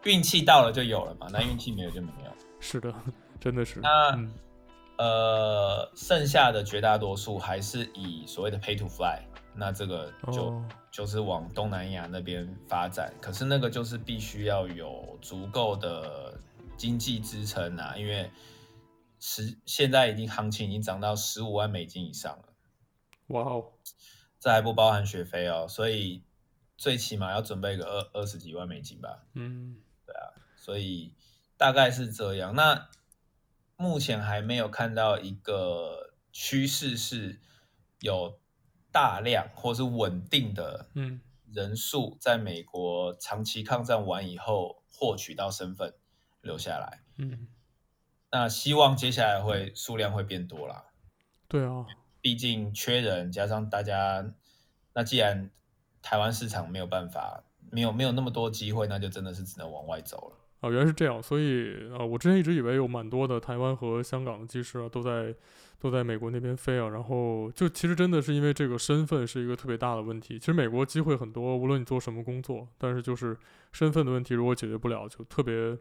B: 运气到了就有了嘛，那运气没有就没有。
A: 是的， 真的是，
B: 那
A: 嗯
B: 呃，剩下的绝大多数还是以所谓的 pay to fly，那这个就、
A: 哦
B: 就是往东南亚那边发展。可是那个就是必须要有足够的经济支撑啊，因为十现在已经行情已经涨到十五万美金以上了，
A: 哇哦，
B: 这还不包含学费哦，所以最起码要准备个二二十几万美金吧。
A: 嗯
B: 所以大概是这样。那目前还没有看到一个趋势是有大量或是稳定的
A: 嗯
B: 人数在美国长期抗战完以后获取到身份留下来。
A: 嗯，
B: 那希望接下来会数量会变多啦，
A: 对啊，
B: 毕竟缺人，加上大家那既然台湾市场没有办法，没有没有那么多机会，那就真的是只能往外走了。
A: 啊，原来是这样，所以啊，我之前一直以为有蛮多的台湾和香港的技师啊，都在都在美国那边飞啊，然后就其实真的是因为这个身份是一个特别大的问题。其实美国机会很多，无论你做什么工作，但是就是身份的问题，如果解决不了，就特别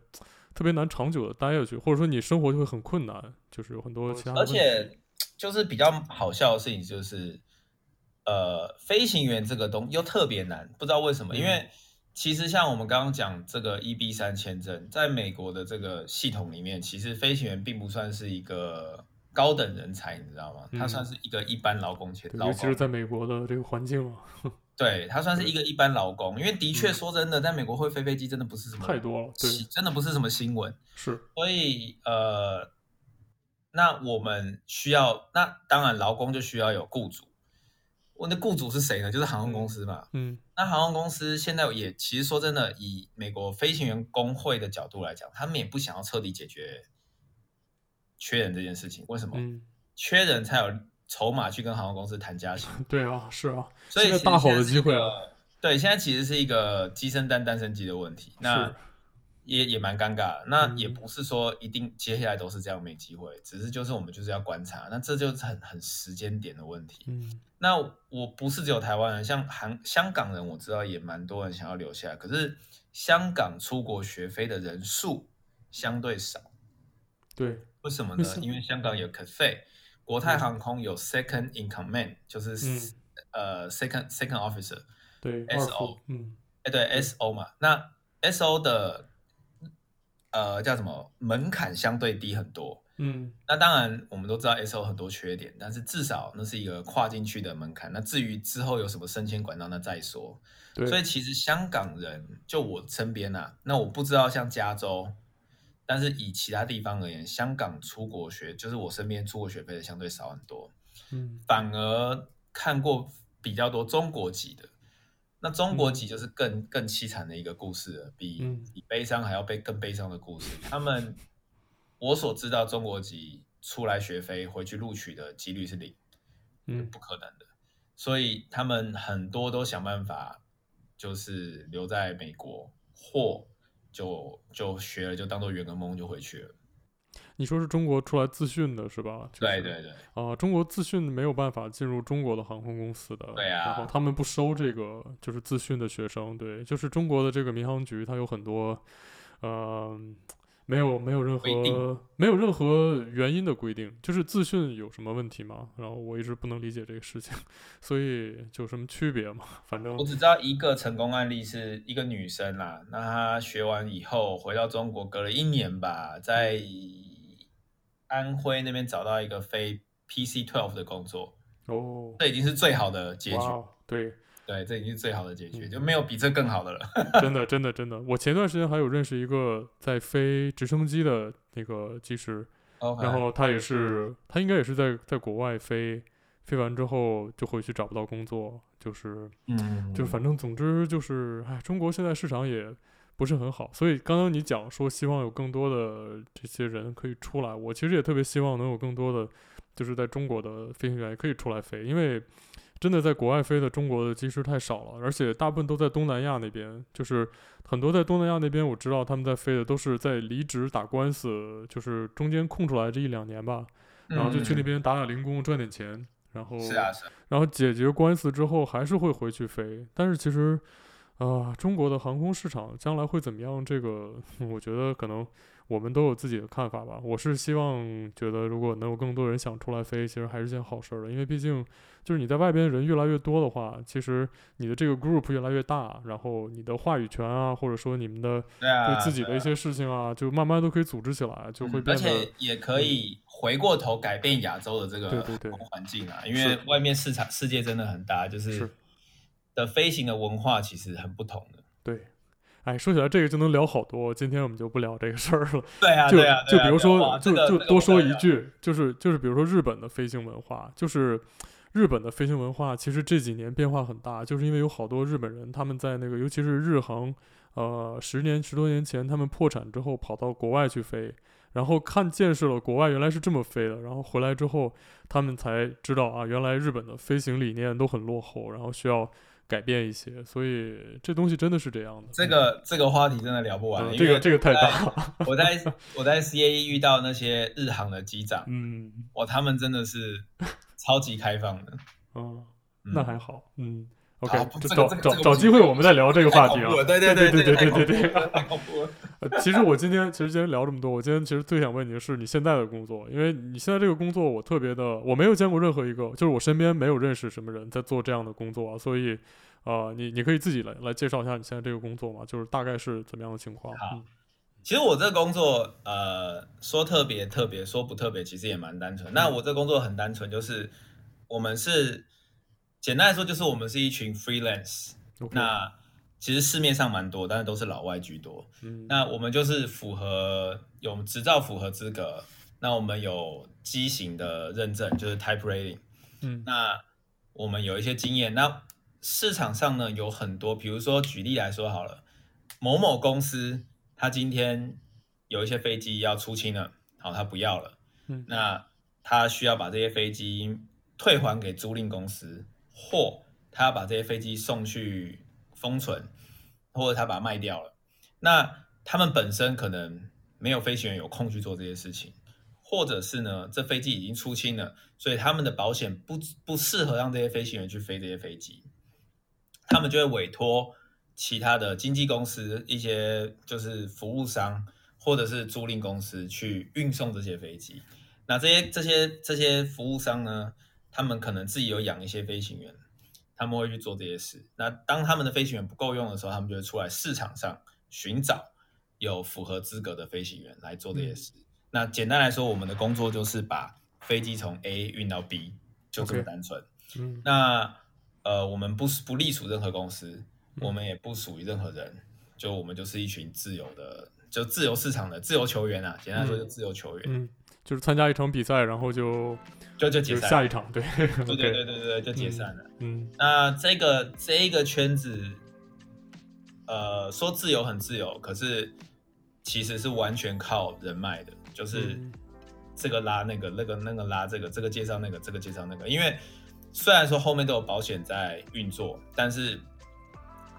A: 特别难长久的待下去，或者说你生活就会很困难，就是有很多其他的
B: 而
A: 问题。
B: 且就是比较好笑的事情就是，呃，飞行员这个东又特别难，不知道为什么，
A: 嗯
B: 因为其实像我们刚刚讲这个 EB 三签证，在美国的这个系统里面，其实飞行员并不算是一个高等人才，你知道吗？
A: 嗯
B: 他算是一个一般劳工签，
A: 对，
B: 劳
A: 尤其是
B: 工，
A: 在美国的这个环境啊，
B: 对他算是一个一般劳工，因为的确
A: 嗯
B: 说真的，在美国会飞飞机真的不是什么
A: 太多了。对，
B: 新，真的不是什么新闻。
A: 是，
B: 所以呃，那我们需要，那当然劳工就需要有雇主。我的雇主是谁呢？就是航空公司嘛。
A: 嗯
B: 那航空公司现在也其实说真的，以美国飞行员工会的角度来讲，他们也不想要彻底解决缺人这件事情。为什么？
A: 嗯，
B: 缺人才有筹码去跟航空公司谈加薪。
A: 对啊，是啊，
B: 所以
A: 现在
B: 其实
A: 大好的
B: 现在是一
A: 机会
B: 个
A: 啊
B: 对，现在其实是一个鸡生蛋，蛋生鸡的问题。那
A: 是嗯
B: 也也蛮尴尬的。那也不是说一定接下来都是这样没机会，只是就是我们就是要观察，那这就是很很时间点的问题。
A: 嗯
B: 那我不是只有台湾人，像韩香港人，我知道也蛮多人想要留下来，可是香港出国学飞的人数相对少。
A: 对，
B: 为什么
A: 为
B: 呢
A: 什？么
B: 因为香港有 cafe，国泰
A: 嗯
B: 航空有 second in command，就是、
A: 嗯
B: 呃 second second officer，
A: 对，二
B: SO
A: 副，嗯
B: 哎，对，SO 嘛，那 SO 的呃叫什么门槛相对低很多。
A: 嗯
B: 那当然，我们都知道 SO 很多缺点，但是至少那是一个跨进去的门槛。那至于之后有什么升迁管道，那再说。
A: 对，
B: 所以其实香港人就我身边啊，那我不知道像加州，但是以其他地方而言，香港出国学就是我身边出国学费的相对少很多，
A: 嗯
B: 反而看过比较多中国籍的。那中国籍就是更更凄惨的一个故事了，比
A: 嗯
B: 比悲伤还要悲更悲伤的故事。他们我所知道中国籍出来学飞回去录取的几率是零。
A: 嗯
B: 不可能的，所以他们很多都想办法，就是留在美国或就就学了，就当做圆个梦就回去了。
A: 你说是中国出来自训的是吧？就
B: 对
A: 是
B: 对对
A: 啊、中国自训没有办法进入中国的航空公司的，
B: 对
A: 然
B: 啊
A: 后他们不收这个就是自训的学生，对，就是中国的这个民航局，它有很多，呃，没有没有任
B: 规定
A: 何没有任何原因的规定，就是自训有什么问题吗？然后我一直不能理解这个事情， 所以有什么区别吗？反正
B: 我只知道一个成功案例是一个女生啦，那她学完以后回到中国，隔了一年吧，在安徽那边找到一个非 PC twelve 的工作，
A: 哦，
B: 这已经是最好的结局
A: 哇。哦，对，
B: 对，这已经是最好的结局，
A: 嗯
B: 就没有比这更好的了。
A: 真的，真的，真的。我前段时间还有认识一个在飞直升机的那个技师，
B: OK，
A: 然后哎他也是，他应该也是在在国外飞，飞完之后就回去找不到工作，就是
B: 嗯，
A: 就反正总之就是，哎，中国现在市场也不是很好，所以刚刚你讲说希望有更多的这些人可以出来，我其实也特别希望能有更多的就是在中国的飞行员也可以出来飞，因为真的在国外飞的中国的机师太少了，而且大部分都在东南亚那边，就是很多在东南亚那边我知道他们在飞的都是在离职打官司，就是中间空出来这一两年吧，然后就去那边打打零工赚点钱。然后
B: 嗯。是啊，是啊
A: 然后解决官司之后还是会回去飞，但是其实，啊、中国的航空市场将来会怎么样？这个我觉得可能我们都有自己的看法吧。我是希望觉得，如果能有更多人想出来飞，其实还是件好事儿的，因为毕竟就是你在外边人越来越多的话，其实你的这个 group 越来越大，然后你的话语权啊，或者说你们的
B: 对啊，
A: 对自己
B: 对
A: 的一些事情啊，就慢慢都可以组织起来，就会
B: 嗯而
A: 变得、
B: 且也可以回过头改变亚洲的这
A: 对
B: 个
A: 对对
B: 环境啊，因为外面市场世界真的很大，就是
A: 是
B: 的飞行的文化其实很不同的。
A: 对。哎，说起来这个就能聊好多，今天我们就不聊这个事儿了。
B: 对啊，
A: 就
B: 对啊，
A: 就
B: 对啊
A: 比如
B: 对啊
A: 说，
B: 哇
A: 就
B: 这个
A: 就
B: 这个
A: 多
B: 我
A: 说
B: 们
A: 一
B: 聊
A: 句，就是就是，比如说日本的飞行文化，就是日本的飞行文化，其实这几年变化很大，就是因为有好多日本人他们在那个，尤其是日航，呃，十年十多年前他们破产之后跑到国外去飞，然后看见识了国外原来是这么飞的，然后回来之后他们才知道啊，原来日本的飞行理念都很落后，然后需要改变一些，所以这东西真的是这样的。
B: 这个这个话题真的聊不完，
A: 嗯，
B: 因
A: 这个
B: 为啊
A: 这个太大了，
B: 我在 我在 CAE 遇到那些日航的机长，
A: 嗯
B: 哇，他们真的是超级开放的。
A: 嗯。
B: 嗯
A: 那还好，嗯，OK，
B: 好
A: 这
B: 这个
A: 找
B: 这个
A: 找
B: 这个
A: 找
B: 不
A: 机
B: 行
A: 会我们再聊这个
B: 太
A: 话
B: 恐
A: 题啊
B: 怖了，。对
A: 对
B: 对
A: 对
B: 对
A: 对
B: 对
A: 对对。
B: 太恐怖了。
A: 呃其实我今天其实今天聊这么多，我今天其实最想问你的是你现在的工作，因为你现在这个工作我特别的，我没有见过任何一个，就是我身边没有认识什么人在做这样的工作啊，所以，呃，你你可以自己来来介绍一下你现在这个工作嘛，就是大概是怎么样的情况？嗯
B: 好其实我这工作，呃，说特别特别，说不特别，其实也蛮单纯。那我这工作很单纯，就是我们是简单来说，就是我们是一群 freelance。
A: 嗯，OK，
B: 那其实市面上蛮多，但是都是老外居多。
A: 嗯
B: 那我们就是符合有执照符合资格，那我们有机型的认证，就是 type rating。
A: 嗯
B: 那我们有一些经验。那市场上呢有很多，比如说举例来说好了，某某公司它今天有一些飞机要出清了，好，它不要了，
A: 嗯
B: 那它需要把这些飞机退还给租赁公司，或它要把这些飞机送去封存，或者它把它卖掉了。那他们本身可能没有飞行员有空去做这些事情，或者是呢，这飞机已经出清了，所以他们的保险不不适合让这些飞行员去飞这些飞机，他们就会委托其他的经纪公司、一些就是服务商或者是租赁公司去运送这些飞机。那这些这些这些服务商呢，他们可能自己有养一些飞行员，他们会去做这些事。那当他们的飞行员不够用的时候，他们就会出来市场上寻找有符合资格的飞行员来做这些事。那简单来说，我们的工作就是把飞机从 A 运到 B，就这么
A: OK
B: 单纯。
A: 嗯
B: 那呃，我们不是不隶属任何公司，我们也不属于任何人，就我们就是一群自由的，就自由市场的自由球员啊。简单来说，就自由球员，
A: 嗯，就是参加一场比赛，然后就
B: 就就
A: 就
B: 解散
A: 下
B: 了。
A: 一场，对
B: 对对
A: OK，
B: 对对对，就解散了。
A: 嗯
B: 那这个这一个圈子，呃，说自由很自由，可是其实是完全靠人脉的，就是
A: 嗯
B: 这个拉那个，那个那个拉这个，这个介绍那个，这个介绍那个。因为虽然说后面都有保险在运作，但是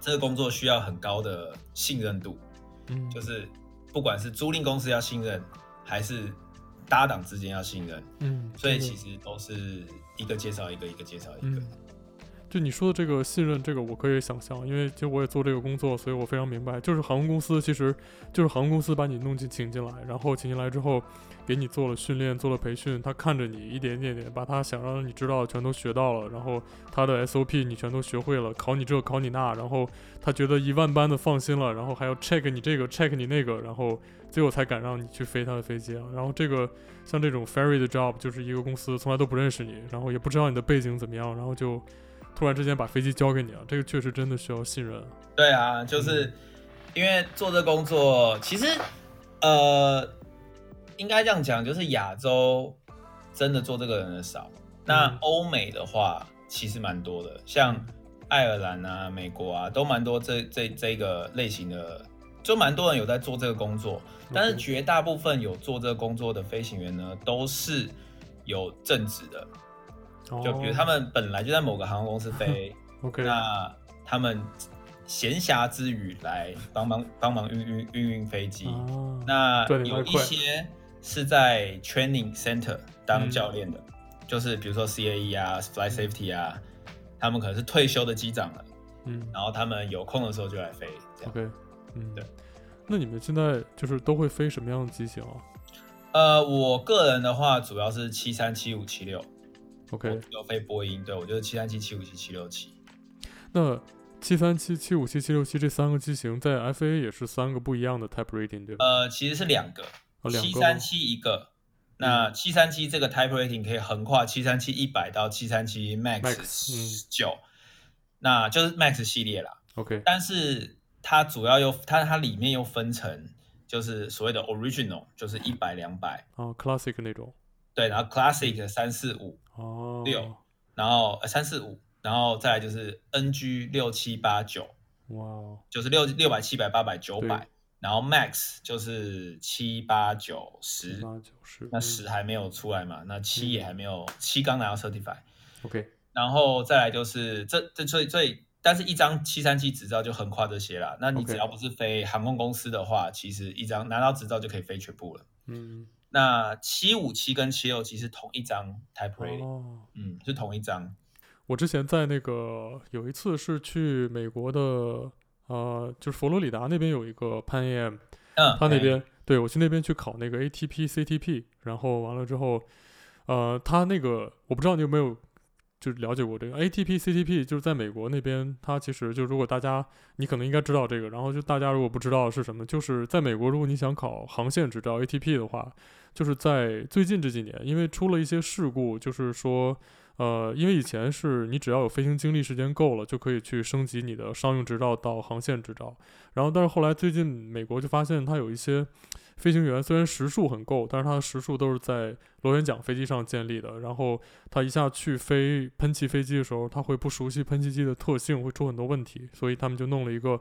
B: 这个工作需要很高的信任度，
A: 嗯，
B: 就是不管是租赁公司要信任，还是搭档之间要信任，
A: 嗯，
B: 所以
A: 真的
B: 其实都是一个介绍一个，一个介绍一个。
A: 嗯，就你说的这个信任，这个我可以想象，因为其实我也做这个工作，所以我非常明白，就是航空公司其实就是航空公司把你弄进请进来，然后请进来之后，给你做了训练，做了培训，他看着你一点一点点把他想让你知道的全都学到了，然后他的 SOP 你全都学会了，考你这考你那，然后他觉得一万般的放心了，然后还要 check 你这个 check 你那个，然后最后才敢让你去飞他的飞机啊，然后这个像这种 ferry 的 job 就是一个公司从来都不认识你，然后也不知道你的背景怎么样，然后就。突然之间把飞机交给你了，这个确实真的需要信任。
B: 对啊，就是因为做这工作，其实呃，应该这样讲，就是亚洲真的做这个人的少。那
A: 嗯
B: 欧美的话，其实蛮多的，像爱尔兰啊、美国啊，都蛮多这这这个类型的，就蛮多人有在做这个工作。但是绝大部分有做这个工作的飞行员呢，都是有正职的，
A: 哦
B: 就比如他们本来就在某个航空公司飞。
A: o k
B: 那他们闲暇之余来帮忙 帮忙运运运运飞机。
A: 嗯啊
B: 那
A: 赚点
B: 有
A: 外
B: 一
A: 快
B: 些是在 training center 当
A: 嗯
B: 教练的，就是比如说 CAE 啊、Fly Safety 啊，他们可能是退休的机长了，
A: 嗯
B: 然后他们有空的时候就来飞。这样。
A: ，OK，嗯，
B: 对。
A: 那你们现在就是都会飞什么样的机型啊
B: 呃，我个人的话主要是七三七五七六，我
A: ？OK，
B: 有飞波音，对我就是七三七七五七七六七。
A: 那七三七、七五七、七六七这三个机型在 FA 也是三个不一样的 type rating 对吧？
B: 呃，其实是两个，
A: 哦，两
B: 七
A: 个
B: 三
A: 吗。嗯
B: 七一个，那七三七这个 type rating 可以横跨七三七一百到七三七
A: Max，
B: max
A: 嗯
B: 九、那就是 max 系列啦。
A: OK，
B: 但是它主要又它它里面又分成就是所谓的 original，就是一百两百，
A: 啊，classic 那种。
B: 对，然后 classic 三四五，
A: 哦，
B: 六然后呃三四五，然后再来就是 NG 六七八九，
A: 哇哦，
B: 就是六六百七百八百九百
A: 对，
B: 然后 max 就是七八九十
A: 七。八九十，
B: 那
A: 嗯
B: 十还没有出来嘛，那七也还没有，七刚拿到 certify，
A: ，OK，
B: 然后再来就是这这最最，但是一张七三七执照就横跨这些啦。那你
A: OK
B: 只要不是飞航空公司的话，其实一张拿到执照就可以飞全部了。
A: 嗯，
B: 那七五七跟七六七是同一张 type rating，、
A: 哦，
B: 嗯，是同一张。
A: 我之前在那个有一次是去美国的，呃，就是佛罗里达那边有一个攀岩，
B: 嗯，
A: 他那
B: 对
A: 边对我去那边去考那个 ATP、CTP，然后完了之后，呃，他那个我不知道你有没有就是了解过这个 ATP、CTP，就是在美国那边，它其实就如果大家你可能应该知道这个，然后就大家如果不知道是什么，就是在美国如果你想考航线执照 ATP 的话，就是在最近这几年，因为出了一些事故，就是说。呃，因为以前是你只要有飞行经历时间够了，就可以去升级你的商用执照到航线执照。然后，但是后来最近美国就发现，它有一些飞行员虽然时数很够，但是他的时数都是在螺旋桨飞机上建立的。然后他一下去飞喷气飞机的时候，他会不熟悉喷气机的特性，会出很多问题。所以他们就弄了一个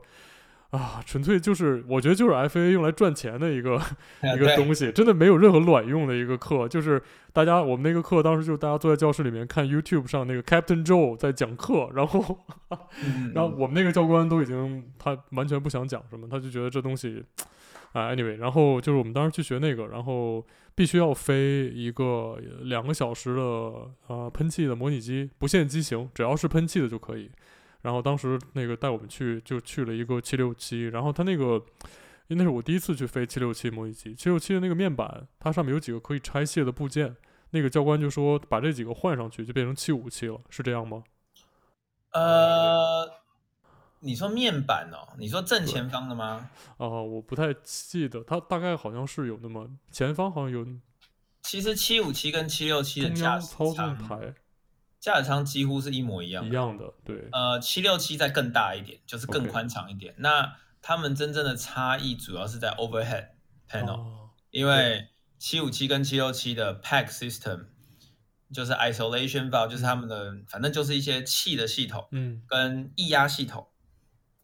A: 啊，纯粹就是我觉得就是 FA 用来赚钱的一个 一个
B: 对
A: 东西，真的没有任何卵用的一个课。就是大家我们那个课当时就大家坐在教室里面看 YouTube 上那个 Captain Joe 在讲课，然后
B: 嗯
A: 然后我们那个教官都已经他完全不想讲什么，他就觉得这东西啊、a n y w a y 然后就是我们当时去学那个，然后必须要飞一个两个小时的呃喷气的模拟机，不限机型，只要是喷气的就可以。然后当时那个带我们去就去了一个七六七，然后它那个因为那是我第一次去飞七六七模拟机，七六七的那个面板它上面有几个可以拆卸的部件，那个教官就说把这几个换上去就变成七五七了，是这样吗？
B: 呃，你说面板哦，你说正前方的吗？
A: 啊、我不太记得，它大概好像是有那么前方好像有
B: 其实七五七跟七六七的
A: 中
B: 驾
A: 央
B: 驶
A: 操纵
B: 舱，
A: 台
B: 驾驶舱几乎是一模一样
A: 一
B: 的。
A: 样的，对，
B: 呃，七六七再更大一点，就是更
A: OK
B: 宽敞一点。那他们真正的差异主要是在 overhead panel，、
A: 哦
B: 因为七五七跟七六七的 pack system 就是 isolation valve，就是他们的反正就是一些气的系统
A: 嗯
B: 跟液压系统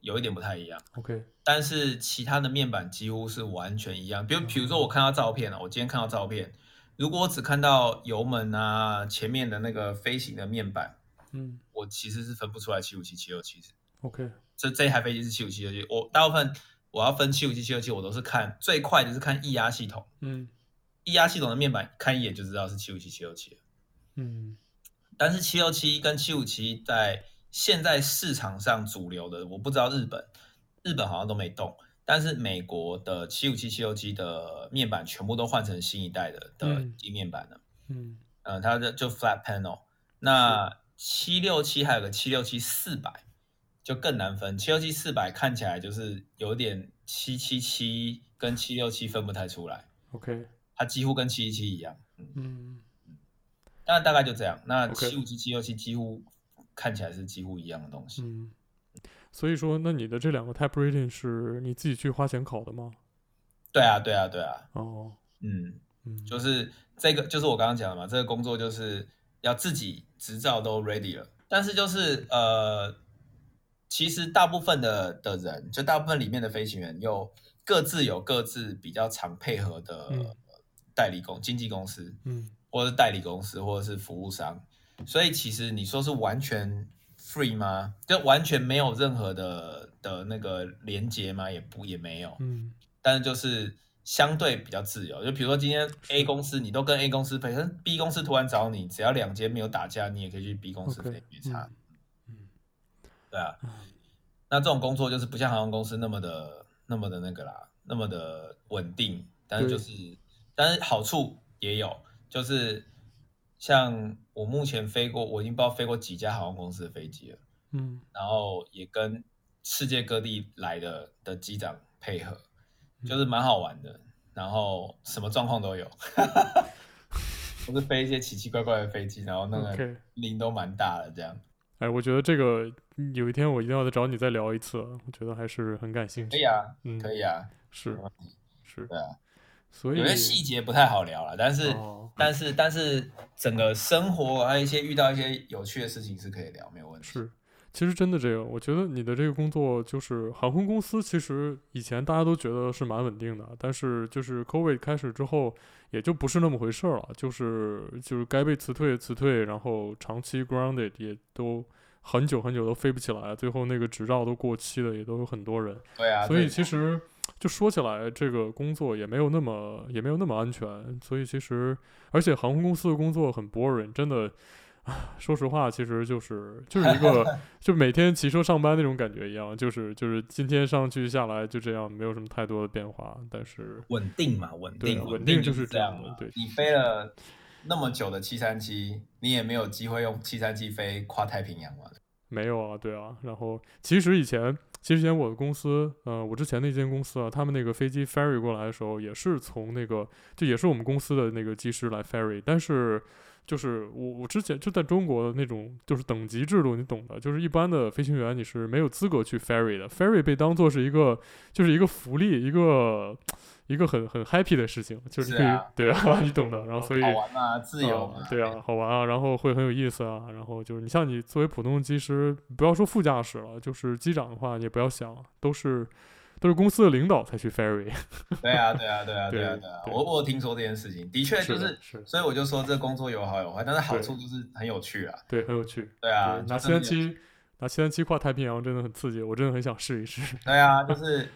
B: 有一点不太一样。
A: ，OK，
B: 但是其他的面板几乎是完全一样。比如，比如说我看到照片了，啊我今天看到照片，如果我只看到油门啊前面的那个飞行的面板，
A: 嗯
B: 我其实是分不出来七五七、七六七。
A: ，OK，
B: 这这一台飞机是七五七、七六七，我大部分我要分七五七、七六七，我都是看最快的是看液压系统，
A: 嗯
B: 液压系统的面板看一眼就知道是七五七、七六七。
A: 嗯
B: 但是七六七跟七五七在现在市场上主流的，我不知道日本，日本好像都没动，但是美国的七五七、七六七的面板全部都换成新一代的的
A: 嗯
B: 底面板了，
A: 嗯
B: 嗯、它的就 flat panel。那七六七还有个七六七四百，就更难分。七六七四百看起来就是有点七七七跟七六七分不太出来，
A: ，OK，
B: 它几乎跟七七七一样。嗯，
A: 嗯
B: 那大概就这样。那
A: OK
B: 七五七、七六七几乎看起来是几乎一样的东西。
A: 嗯，所以说，那你的这两个 Type Rating 是你自己去花钱考的吗？
B: 对啊，对啊，对啊，
A: 哦，
B: 嗯，
A: 嗯，
B: 就是这个，就是我刚刚讲的嘛，这个工作就是要自己执照都 ready 了，但是就是呃，其实大部分的的人，就大部分里面的飞行员又各自有各自比较常配合的
A: 嗯
B: 代理公、经纪公司，
A: 嗯
B: 或者是代理公司，或者是服务商。所以其实你说是完全 free 吗？就完全没有任何的的那个连接吗？也不也没有，
A: 嗯
B: 但是就是相对比较自由。就比如说今天 A 公司你都跟 A 公司配，但是 B 公司突然找你，只要两间没有打架，你也可以去 B 公司
A: ，OK，
B: 飞，没差。
A: 嗯嗯
B: 对啊
A: 嗯，
B: 那这种工作就是不像航空公司那么的、那么的那个啦，那么的稳定，但是
A: 对
B: 就是，但是好处也有，就是像我目前飞过，我已经不知道飞过几家航空公司的飞机了，
A: 嗯
B: 然后也跟世界各地来的的机长配合，
A: 嗯
B: 就是蛮好玩的，然后什么状况都有， 我是飞一些奇奇怪怪的飞机，然后那个
A: ，OK，
B: 零都蛮大的这样。
A: 哎，我觉得这个有一天我一定要再找你再聊一次，我觉得还是很感兴
B: 可
A: 趣，
B: 以啊，
A: 嗯，
B: 可以啊，
A: 是是，
B: 对啊，
A: 所以
B: 有些细节不太好聊了，但是、
A: 哦
B: 但是但是整个生活还有一些遇到一些有趣的事情是可以聊，没有问题。
A: 是，其实真的这个，我觉得你的这个工作就是航空公司，其实以前大家都觉得是蛮稳定的，但是就是 COVID 开始之后，也就不是那么回事儿了，就是就是该被辞退辞退，然后长期 grounded 也都很久很久都飞不起来，最后那个执照都过期了，也都有很多人。
B: 对啊，
A: 所以
B: 对
A: 其实就说起来，这个工作也没有那么也没有那么安全。所以其实，而且航空公司的工作很 boring，真的。啊说实话，其实就是就是一 个就每天骑车上班那种感觉一样，就是就是今天上去下来就这样，没有什么太多的变化。但是，
B: 稳定嘛，稳
A: 对
B: 定，
A: 啊
B: 稳
A: 稳定
B: 就
A: 就是
B: 这
A: 这
B: 样
A: 样的
B: 嘛。
A: 对
B: 你飞了那么久的七三七，你也没有机会用七三七飞跨太平洋嘛？
A: 没有啊，对啊。然后其实以前，其实以前我的公司，呃，我之前那间公司啊，他们那个飞机 ferry 过来的时候，也是从那个，就也是我们公司的那个机师来 ferry，但是。就是我，我之前就在中国的那种，就是等级制度，你懂的。就是一般的飞行员你是没有资格去 ferry 的，ferry 被当做是一个，就是一个福利，一个一个很很 happy 的事情，就是你
B: 是
A: 可以、
B: 啊
A: 对啊，你懂的。然后所以
B: 好玩嘛，自由嘛哎
A: 啊，。对啊，好玩啊，然后会很有意思啊，然后就是你像你作为普通机师，不要说副驾驶了，就是机长的话，你也不要想，都是都是公司的领导才去 ferry，
B: 对啊，对啊，对 啊，对啊，
A: 对
B: 对啊！
A: 对
B: 我我有听说这件事情，的 确就是是
A: 的，是，
B: 所以我就说这工作有好有坏，但是好
A: 对
B: 处就是很有趣啊。
A: 对，很有趣，
B: 对啊，
A: 对，
B: 就
A: 拿
B: 是
A: 七三
B: 有
A: 七，拿七三七跨太平洋真的很刺激，我真的很想试一试，
B: 对啊，就是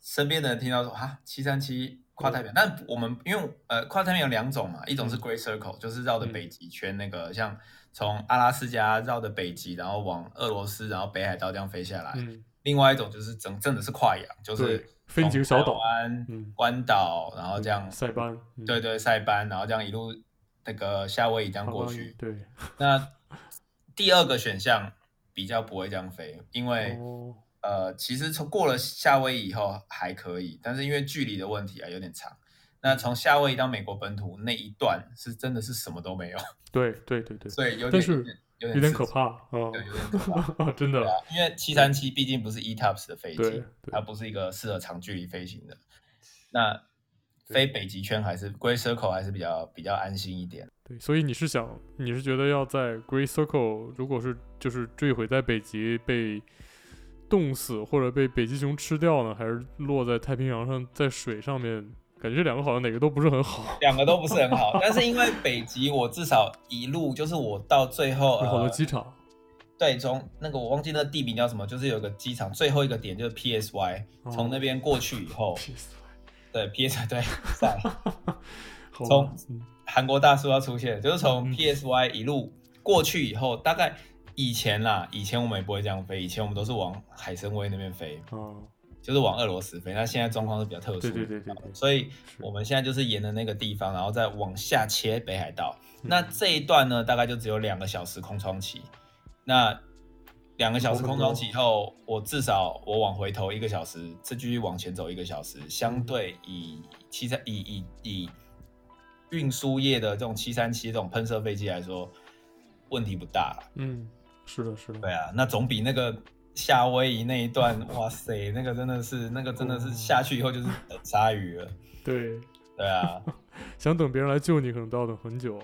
B: 身边的人听到说啊，七三七跨太平洋，但我们因为呃跨太平洋有两种嘛，一种
A: 嗯
B: 是 Great Circle，、就是绕着北极圈那个，像从阿拉斯加绕着北极，然后往俄罗斯，然后北海道这样飞下来；
A: 嗯，
B: 另外一种就是真真的是跨洋，哎就是
A: 对飞几个小岛
B: 从台湾
A: 嗯
B: 关岛，然后这样，
A: 塞班，嗯
B: 对，对，塞班，然后这样一路那个夏威夷这样
A: 哈
B: 过
A: 巴
B: 去
A: 伊。对，
B: 那第二个选项比较不会这样飞，因为、
A: 哦，
B: 呃，其实从过了夏威夷以后还可以，但是因为距离的问题啊，有点长。
A: 嗯
B: 那从夏威夷到美国本土那一段是真的是什么都没有，
A: 对对对对，
B: 所以有
A: 但
B: 点
A: 是
B: 有点
A: 有点
B: 刺
A: 可
B: 激，
A: 怕啊，嗯
B: 对，有点可怕。
A: 真的
B: 对，啊，因为七三七毕竟不是 ETOPS 的飞
A: 对
B: 机
A: 对，
B: 它不是一个适合长距离飞行的。那飞北极圈还是归 Circle 还是比较比较安心一点。
A: 对，所以你是想，你是觉得要在 Great Circle，如果是就是坠毁在北极被冻死，或者被北极熊吃掉呢，还是落在太平洋上在水上面？感觉这两个好像哪个都不是很好。
B: 两个都不是很好，但是因为北极，我至少一路就是我到最后
A: 有好多
B: 呃，
A: 机场，
B: 对中那个我忘记那个地名叫什么，就是有个机场最后一个点就是 PSY，从
A: 哦
B: 那边过去以后，对 PS 对，在
A: 好
B: 从
A: 吧嗯
B: 韩国大叔要出现，就是从
A: 嗯
B: PSY 一路过去以后，大概以前啦，以前我们也不会这样飞，以前我们都是往海参崴那边飞，
A: 啊，
B: 就是往俄罗斯飞。那现在状况是比较特殊的，
A: 对对对对对
B: 所以
A: 是
B: 我们现在就是沿着那个地方，然后再往下切北海道。
A: 嗯
B: 那这一段呢，大概就只有两个小时空窗期。那两个小时空窗期以后，我至少我往回头一个小时，再继续往前走一个小时，相对以七三以以以运输业的这种七三七这种喷射飞机来说，问题不大啦
A: 嗯，是的，是的，
B: 对啊，那总比那个夏威夷那一段，哇塞，那个真的是那个真的是下去以后就是等鲨鱼了。
A: 对，
B: 对啊，
A: 想等别人来救你，可能都要等很久，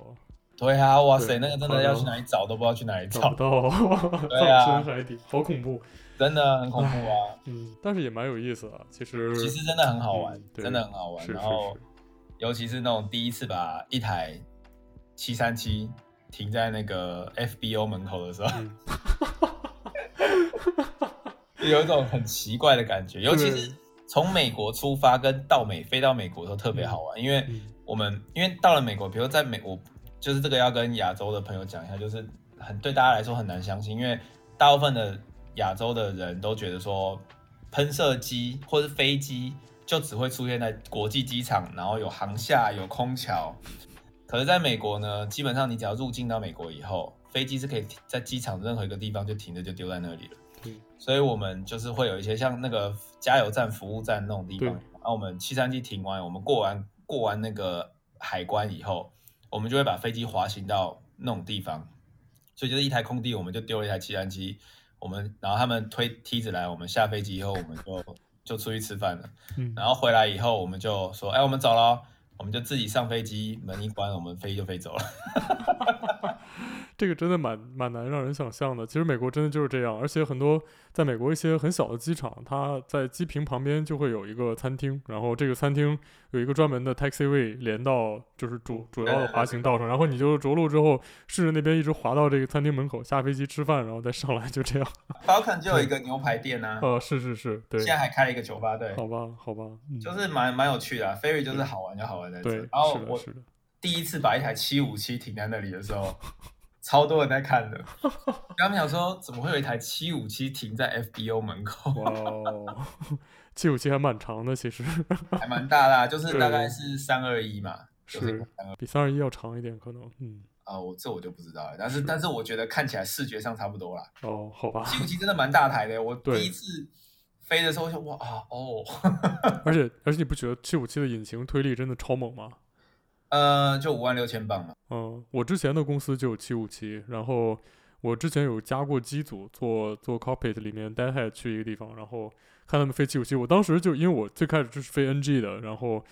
B: 对啊，哇
A: 对
B: 塞，那个真的要去哪里找都不知道去哪里
A: 找
B: 找
A: 不，到，
B: 对啊
A: 葬身海底，好恐怖。
B: 真的很恐怖啊。
A: 嗯，但是也蛮有意思的，其实
B: 其实真的很好玩
A: 嗯，对
B: 真的很好玩。
A: 是是
B: 然后
A: 是，
B: 尤其是那种第一次把一台七三七停在那个 FBO 门口的时候，
A: 嗯，
B: 有一种很奇怪的感觉，尤其
A: 对
B: 是从美国出发跟到美飞到美国都特别好玩，因为
A: 嗯
B: 我们因为到了美国，比如在美国，就是这个要跟亚洲的朋友讲一下，就是很对大家来说很难相信，因为大部分的亚洲的人都觉得说，喷射机或是飞机就只会出现在国际机场，然后有航厦有空桥。可是在美国呢，基本上你只要入境到美国以后，飞机是可以停在机场任何一个地方就停着就丢在那里了。
A: 对
B: 所以我们就是会有一些像那个加油站、服务站那种地
A: 对，
B: 方然后我们七三七停完，我们过完过完那个海关以后，我们就会把飞机滑行到那种地方，所以就是一台空地，我们就丢了一台七三七，我们然后他们推梯子来，我们下飞机以后，我们就就出去吃饭了，
A: 嗯，
B: 然后回来以后，我们就说，哎，我们走了哦，我们就自己上飞机，门一关，我们飞机就飞走了。
A: 这个真的蛮蛮难让人想象的。其实美国真的就是这样，而且很多在美国一些很小的机场，它在机坪旁边就会有一个餐厅，然后这个餐厅有一个专门的 taxi way 连到就是主
B: 嗯
A: 主要的滑行道上，然后你就着陆之后顺着那边一直滑到这个餐厅门口，下飞机吃饭，然后再上来，就这样。
B: Falcon 就有一个牛排 店啊，
A: 呃，是是是，对
B: 现，在还开了一个酒吧，对。
A: 好吧好吧，嗯，
B: 就是蛮蛮有趣的、啊。Ferry 就是好玩就好玩在这。
A: 对，
B: 然后
A: 是的
B: 我
A: 是的，
B: 第一次把一台七五七停在那里的时候，超多人在 看的。他们想说，怎么会有一台七五七停在 FBO 门口？
A: 哇哦， 七五七还蛮长的，其实
B: 还蛮大啦，就是
A: 对
B: 大概是三二一嘛。
A: 是比三二一要长一点，可能，嗯，
B: 啊、我这我就不知道了，但是但是我觉得看起来视觉上差不多啦。
A: 哦，好吧，
B: 七五七真的蛮大台的，我
A: 对
B: 第一次飞的时候就哇啊哦，
A: 而且而且你不觉得七五七的引擎推力真的超猛吗？
B: 呃，就五万六千磅嘛。
A: 嗯，我之前的公司就有七五七，然后我之前有加过机组做做 cockpit 里面 dead head 去一个地方，然后看他们飞七五七，我当时就因为我最开始就是飞 NG 的，然后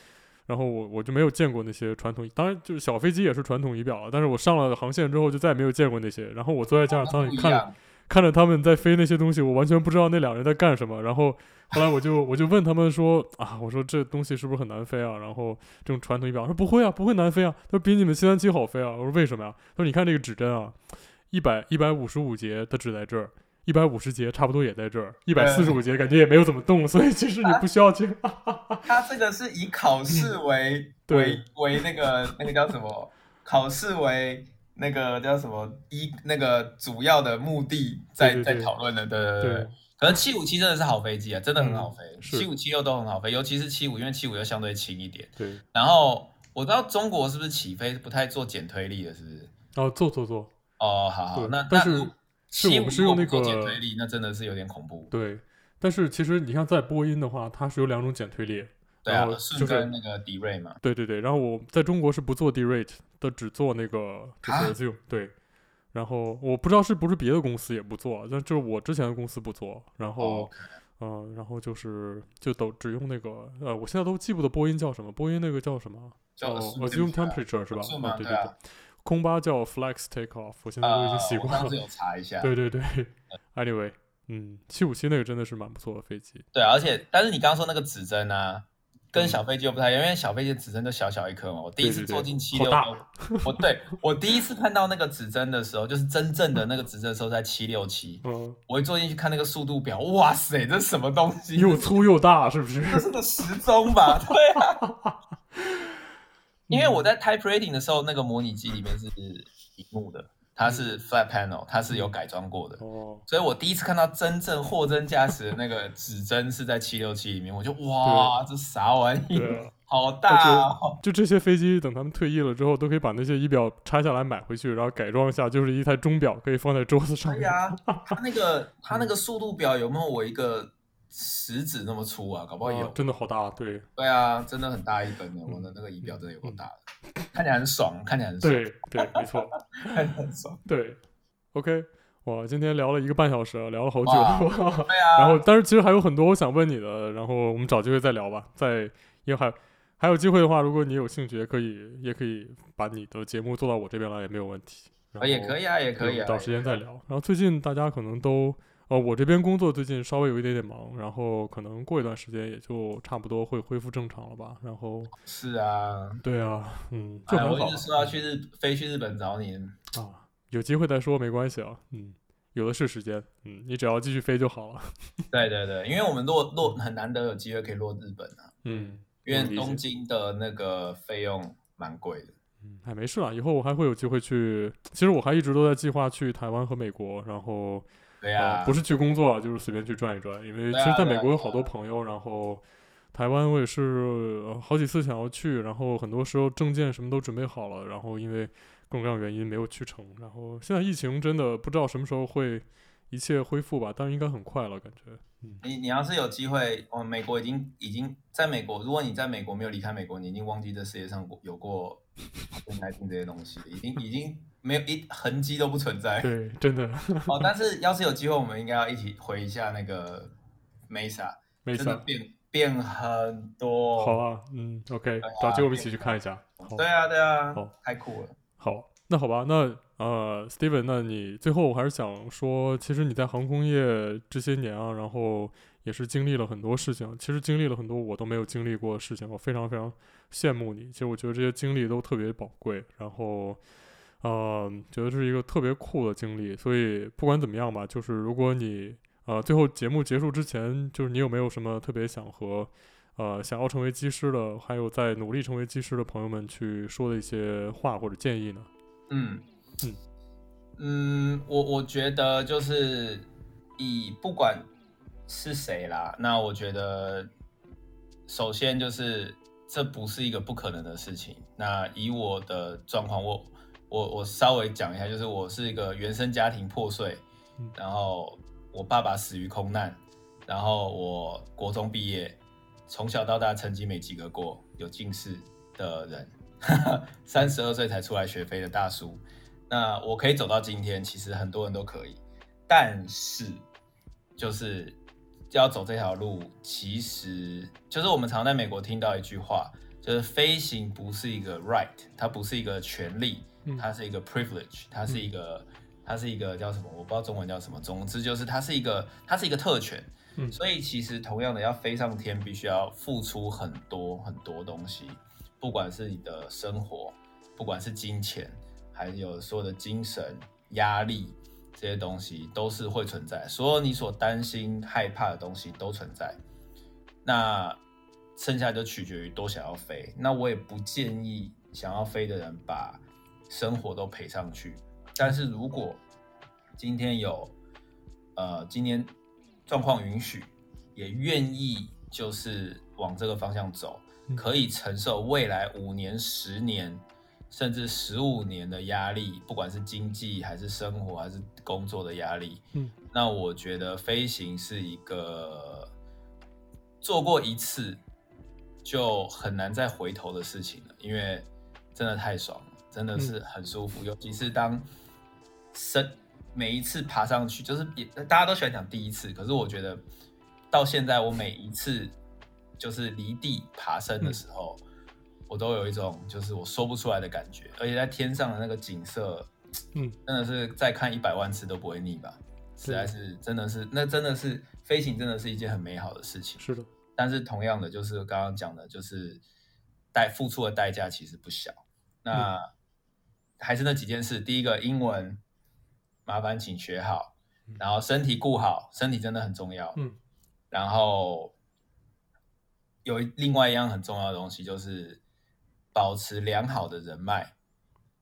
A: 然后我我就没有见过那些传统，当然就是小飞机也是传统仪表，但是我上了航线之后就再也没有见过那些，然后我坐在驾驶舱
B: 不
A: 里
B: 一
A: 啊看着
B: 样，
A: 看着他们在飞那些东西，我完全不知道那两人在干什么。然后后来我就我就问他们说啊，我说这东西是不是很难飞啊？然后这种传统仪表说不会啊，不会难飞啊。他说比你们七三七好飞啊。我说为什么呀、他说你看这个指针啊，一百一百五十五节的指在这儿，一百五十节差不多也在这儿，一百四十五节感觉也没有怎么动，所以其实你不需要去。
C: 他这个是以考试为
A: 对
C: 为为那个那个叫什么？考试为那个叫什么一那个主要的目的在
A: 对对对
C: 在讨论的，对对对
A: 对嗯
C: 对。
B: 可是七五七真的是好飞机啊，真的很好飞，
A: 是
B: 七五七六都很好飞，尤其是七五，因为七五又相对轻一点。
A: 对，
B: 然后我知道中国是不是起飞不太做减推力的，是不是？
A: 然后做做做，
B: 哦，好好，
A: 对
B: 那，
A: 但
B: 那
A: 是
B: 如
A: 是我们是
B: 75
A: 用那
B: 如果不做减
A: 个
B: 推力，那真的是有点恐怖。
A: 对，但是其实你看在播音的话，它是有两种减推力，
B: 对
A: 然
B: 啊
A: 后，
B: 顺
A: 呃就是
B: 跟那个迪瑞嘛，
A: 对对对，然后我在中国是不做 D rate 的，只做那个只
C: 啊
A: 做 z 对。然后我不知道是不是别的公司也不做，啊但就是我之前的公司不做。然后
B: 哦，
A: 嗯、然后就是就都只用那个呃，我现在都记不得波音叫什么，波音那个叫什么？
C: 叫
A: 哦
C: assume
A: assume
C: temperature
A: temperature 是吧？
C: assume
A: 啊
C: 嘛
A: 对
C: 对啊
A: 对，空巴叫 flex take off，我现在都已经
B: 呃，
A: 习
B: 我
A: 惯
B: 上次
A: 了。
B: 有查一下，
A: 对对对，anyway，嗯，七五七那个真的是蛮不错的飞机。
B: 对，而且但是你刚刚说那个指针啊，跟小飞机又不太一样，因为小飞机的指针就小小一颗嘛。我第一
A: 嗯对
B: 次
A: 对对
B: 坐进七
A: 好
B: 六
A: 大
B: 六，我对我第一次看到那个指针的时候，就是真正的那个指针的时候在七六七，
A: 嗯，
B: 我一坐进去看那个速度表，哇塞，这什么东西？
A: 又粗又大，是不是？
B: 这是个时钟吧？ 对啊，
A: 嗯
B: 因为我在 type rating 的时候，那个模拟机里面是屏幕的，它
A: 嗯
B: 是 flat panel，它是有改装过的。
A: 哦，
B: 所以我第一次看到真正货真价实的那个指针是在七六七里面，我就哇，这啥玩意
A: 对啊？
B: 好大哦！
A: 就这些飞机，等他们退役了之后，都可以把那些仪表拆下来买回去，然后改装一下，就是一台钟表，可以放在桌子上
B: 对
A: 面。
B: 哎呀、它那 个它那个速度表有没有我一个食指那么粗啊？搞不好也有。
A: 哦，真的好大，对
B: 对啊，真的很大一本的，我的那个仪表真的有够大的，看起来很爽，看起来很爽，
A: 嗯对对，没错，
B: 看起来很 爽。
A: 对。OK，哇，今天聊了一个半小时，啊聊了好久。
B: 对啊，
A: 然后，但是其实还有很多我想问你的，然后我们找机会再聊吧。再因为还还有机会的话，如果你有兴趣，也可以也可以把你的节目做到我这边来，也没有问题。然后
B: 也可以啊，也可以
A: 对
B: 啊，
A: 找时间再聊。然后最近大家可能都，呃，我这边工作最近稍微有一点点忙，然后可能过一段时间也就差不多会恢复正常了吧。然后，
B: 是啊。
A: 对啊，嗯，就
B: 哎，
A: 很
B: 我
A: 好
B: 一直说要去日飞去日本找你，
A: 啊，有机会再说没关系啊，嗯，有的是时间，嗯，你只要继续飞就好了，
B: 对对对，因为我们落落很难得有机会可以落日本啊。
A: 嗯
B: 因为
A: 我理解
B: 东京的那个费用蛮贵的。
A: 嗯，哎，没事啦，以后我还会有机会去，其实我还一直都在计划去台湾和美国，然后。
B: 对
A: 啊，
B: 呀、
A: 不是去工作，就是随便去转一转。因为
B: 对
A: 其
B: 啊
A: 实在
B: 对
A: 美
B: 啊
A: 国有
B: 对
A: 好多朋友，然后台湾我也是、呃好几次想要去，然后很多时候证件什么都准备好了，然后因为各种各样的原因没有去成。然后现在疫情真的不知道什么时候会一切恢复吧，但是应该很快了，感觉。嗯，
B: 你你要是有机会，哦，美国已经已经在美国，如果你在美国没有离开美国，你已经忘记这世界上有过应该听这些东西，已经已经没有一痕迹都不存在。
A: 对，真的
B: 哦，但是要是有机会，我们应该要一起回一下那个 Mesa，
A: 没
B: 真的
A: 啥。
B: 变变很多。
A: 好啊，嗯，OK，
B: 对啊
A: 找机会我们一起去看一下。好，
B: 对啊对啊
A: 好，
B: 太酷了。
A: 好，那好吧，那呃，Steven，那你最后我还是想说，其实你在航空业这些年啊，然后也是经历了很多事情，其实经历了很多我都没有经历过的事情，我非常非常羡慕你。其实我觉得这些经历都特别宝贵，然后。呃，觉得是一个特别酷的经历，所以不管怎么样吧，就是如果你呃最后节目结束之前，就是你有没有什么特别想和呃，想要成为机师的，还有在努力成为机师的朋友们去说的一些话或者建议呢？
B: 嗯
A: 嗯
B: 嗯，我我觉得就是以不管是谁啦，那我觉得首先就是这不是一个不可能的事情。那以我的状况，我我我稍微讲一下，就是我是一个原生家庭破碎
A: 嗯，
B: 然后我爸爸死于空难，然后我国中毕业，从小到大成绩没及格过，有近视的人， 三十二岁才出来学飞的大叔，那我可以走到今天，其实很多人都可以，但是就是要走这条路，其实就是我们常在美国听到一句话，就是飞行不是一个 right，它不是一个权利，
A: 嗯
B: 它是一个 privilege，它是一个、它是一个叫什么？我不知道中文叫什么，总之就是它是一个它是一个特权。
A: 嗯
B: 所以其实同样的，要飞上天，必须要付出很多很多东西，不管是你的生活，不管是金钱，还有所有的精神压力，这些东西都是会存在，所有你所担心、害怕的东西都存在。那剩下就取决于多想要飞。那我也不建议想要飞的人把生活都赔上去。但是如果今天有，呃，今天状况允许，也愿意就是往这个方向走，
A: 嗯
B: 可以承受未来五年、十年，甚至十五年的压力，不管是经济还是生活还是工作的压力。
A: 嗯，
B: 那我觉得飞行是一个做过一次就很难再回头的事情了，因为真的太爽了，真的是很舒服，尤其是当升每一次爬上去，就是也大家都喜欢讲第一次，可是我觉得到现在我每一次就是离地爬升的时候，我都有一种就是我说不出来的感觉，而且在天上的那个景色，
A: 嗯，
B: 真的是再看一百万次都不会腻吧。实在是真的是，那真的是飞行，真的是一件很美好的事情。
A: 是的，
B: 但是同样的，就是刚刚讲的，就是代付出的代价其实不小。那、
A: 嗯
B: 还是那几件事，第一个英文，麻烦请学好
A: 嗯，
B: 然后身体顾好，身体真的很重要。
A: 嗯
B: 然后有一另外一样很重要的东西，就是保持良好的人脉，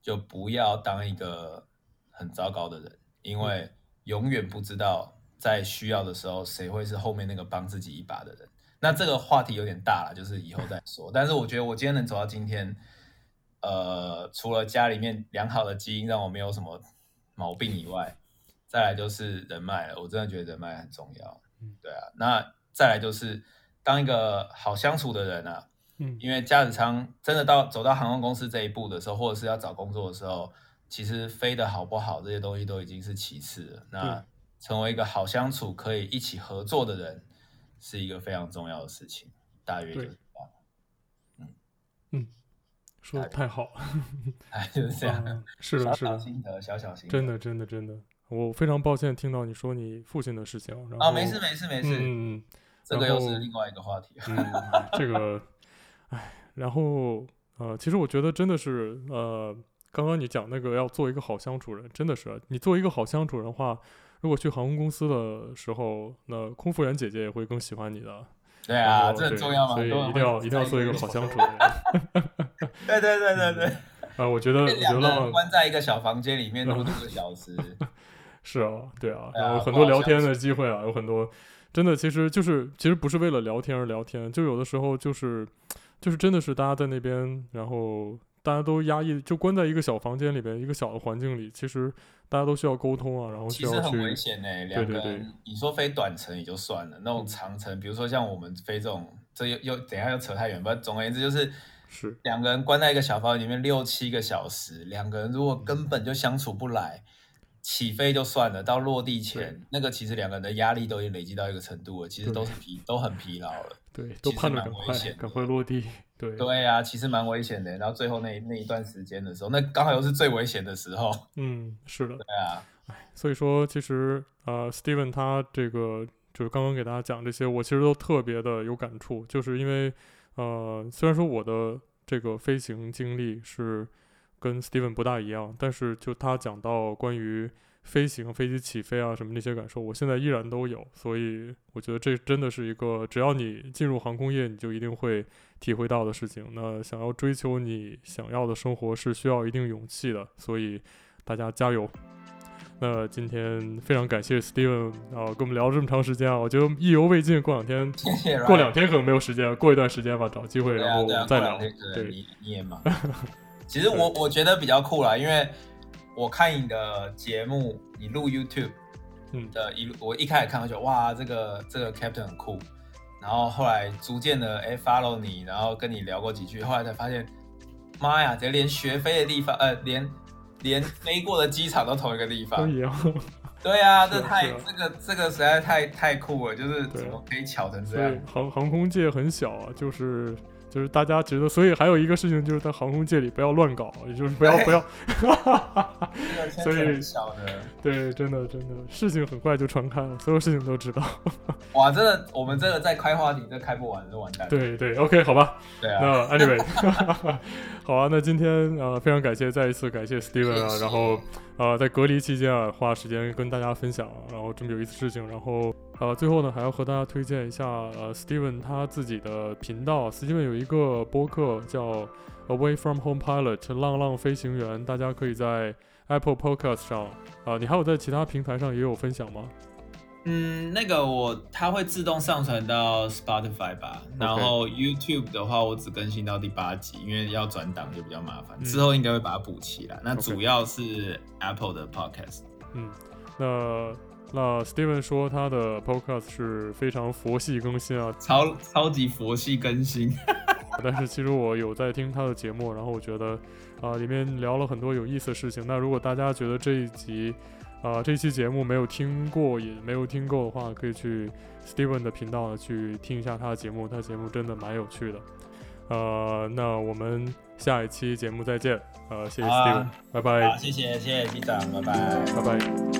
B: 就不要当一个很糟糕的人，因为永远不知道在需要的时候谁会是后面那个帮自己一把的人。那这个话题有点大了，就是以后再说。但是我觉得我今天能走到今天，呃，除了家里面良好的基因让我没有什么毛病以外，再来就是人脉了。我真的觉得人脉很重要。对啊，那再来就是当一个好相处的人啊，
A: 嗯
B: 因为驾驶舱真的到走到航空公司这一步的时候，或者是要找工作的时候，其实飞的好不好这些东西都已经是其次了。那
A: 对
B: 成为一个好相处、可以一起合作的人，是一个非常重要的事情。大约 就是这样，
A: 说的太好了，
B: 哎，就是这样。
A: 嗯 是的，
B: 小
A: 是
B: 小
A: 的，
B: 心得，小小心得，
A: 真的，真的，真的，我非常抱歉听到你说你父亲的事情，然后
B: 啊，没事，没事没事，
A: 嗯嗯
B: 这个
A: 然
B: 又
A: 后
B: 是另外一个话题。
A: 嗯嗯，这个，哎，然后呃，其实我觉得真的是呃，刚刚你讲那个要做一个好相处人，真的是啊你做一个好相处人的话，如果去航空公司的时候，那空服员姐姐也会更喜欢你的。
B: 对
A: 然
B: 啊，
A: 后
B: 这很
A: 对
B: 重要嘛，
A: 所以
B: 很多
A: 一
B: 人
A: 定要
B: 会
A: 一定要
B: 在
A: 做一个
B: 人
A: 好
B: 手
A: 相
B: 上
A: 处的人。 啊、
B: 对对对对对。
A: 我觉得
B: 被 两
A: 流
B: 个人
A: 浪
B: 关在一个小房间里面那么多个 小时，
A: 是啊，对啊，
B: 对啊
A: 然后很
B: 不
A: 多
B: 好
A: 聊
B: 相
A: 天的机会啊，有很多真的其实就是其实不是为了聊天而聊天，就有的时候就是就是真的是大家在那边，然后大家都压抑，就关在一个小房间里边，一个小的环境里，其实大家都需要沟通啊，然后需
B: 其
A: 要
B: 实很危
A: 去
B: 险呢、两个
A: 对对嗯
B: 人，你说飞短程也就算了，那种长程，比如说像我们飞这种，这又又等一下又扯太远，不然总而言之就是
A: 是
B: 两个人关在一个小房间里面六七个小时，两个人如果根本就相处不来，起飞就算了，到落地前那个其实两个人的压力都已经累积到一个程度了，其实
A: 对
B: 都是疲都很疲劳了。
A: 对，都
B: 其实
A: 盼着
B: 蛮
A: 赶
B: 危
A: 快
B: 险的
A: 赶快落地，对
B: 对啊，其实蛮危险的。然后最后那那一段时间的时候，那刚好又是最危险的时候。
A: 嗯，是的，
B: 对啊，
A: 所以说，其实呃，Steven 他这个就是刚刚给大家讲这些，我其实都特别的有感触，就是因为呃，虽然说我的这个飞行经历是跟 Steven 不大一样，但是就他讲到关于飞行、飞机起飞啊什么那些感受，我现在依然都有，所以我觉得这真的是一个只要你进入航空业，你就一定会体会到的事情。那想要追求你想要的生活是需要一定勇气的，所以大家加油。那今天非常感谢 Steven 啊，跟我们聊了这么长时间啊，我觉得意犹未尽。过两天，
B: 谢谢 Ryan。
A: 过两天可能没有时间，过一段时间吧，找机会
B: 对
A: 然
B: 啊，
A: 后我
B: 对啊，
A: 们
B: 过
A: 再
B: 两
A: 聊
B: 天可。能
A: 对，
B: 你你 也忙。其实我我觉得比较酷啦，因为我看你的节目，你录 YouTube
A: 嗯
B: 的一路，我一开始看我就哇，这个这个 Captain 很酷，然后后来逐渐的哎 follow 你，然后跟你聊过几句，后来才发现，妈呀，这连学飞的地方，呃，连连飞过的机场都同一个地
A: 都
B: 方，
A: 一样。
C: 对啊，这
A: 是
C: 太
A: 是
C: 这个这个实在太太酷了，就是
A: 对
C: 怎
A: 啊
C: 么可以巧成这
A: 所以
C: 样？
A: 航航空界很小啊，就是就是大家觉得，所以还有一个事情就是在航空界里不要乱搞，也就是不要不要，
C: 这个圈
A: 所以
C: 子很小的，
A: 对，真的真的事情很快就传开了，所有事情都知道。
C: 哇，真的，我们这个再开话题，这开不完，这完蛋。
A: 对对，OK，好吧，
C: 对啊，
A: 那 anyway，好 啊，那今天呃非常感谢，再一次感谢 Steven 啊，然后呃在隔离期间啊花时间跟大家分享，然后这么有意思的事情，然后呃最后呢还要和大家推荐一下呃 Steven 他自己的频道，Steven 有一个播客叫 Away from Home Pilot 浪浪飞行员，大家可以在 Apple Podcast 上啊、呃你还有在其他平台上也有分享吗？
B: 嗯，那个我它会自动上传到 Spotify 吧，然后 YouTube 的话，我只更新到第八集，因为要转档就比较麻烦，
A: 嗯
B: 之后应该会把它补齐啦。那
A: OK
B: 主要是 Apple 的 Podcast，
A: 嗯，那那 Steven 说他的 Podcast 是非常佛系更新啊，
B: 超超级佛系更新，
A: 但是其实我有在听他的节目，然后我觉得啊、里面聊了很多有意思的事情。那如果大家觉得这一集啊、这期节目没有听过，也没有听够的话，可以去 Steven 的频道呢去听一下他的节目，他的节目真的蛮有趣的。呃，那我们下一期节目再见。呃，谢谢
B: 好啊
A: Steven，、拜拜，
B: 好，谢谢谢谢机长，拜拜。
A: 拜拜。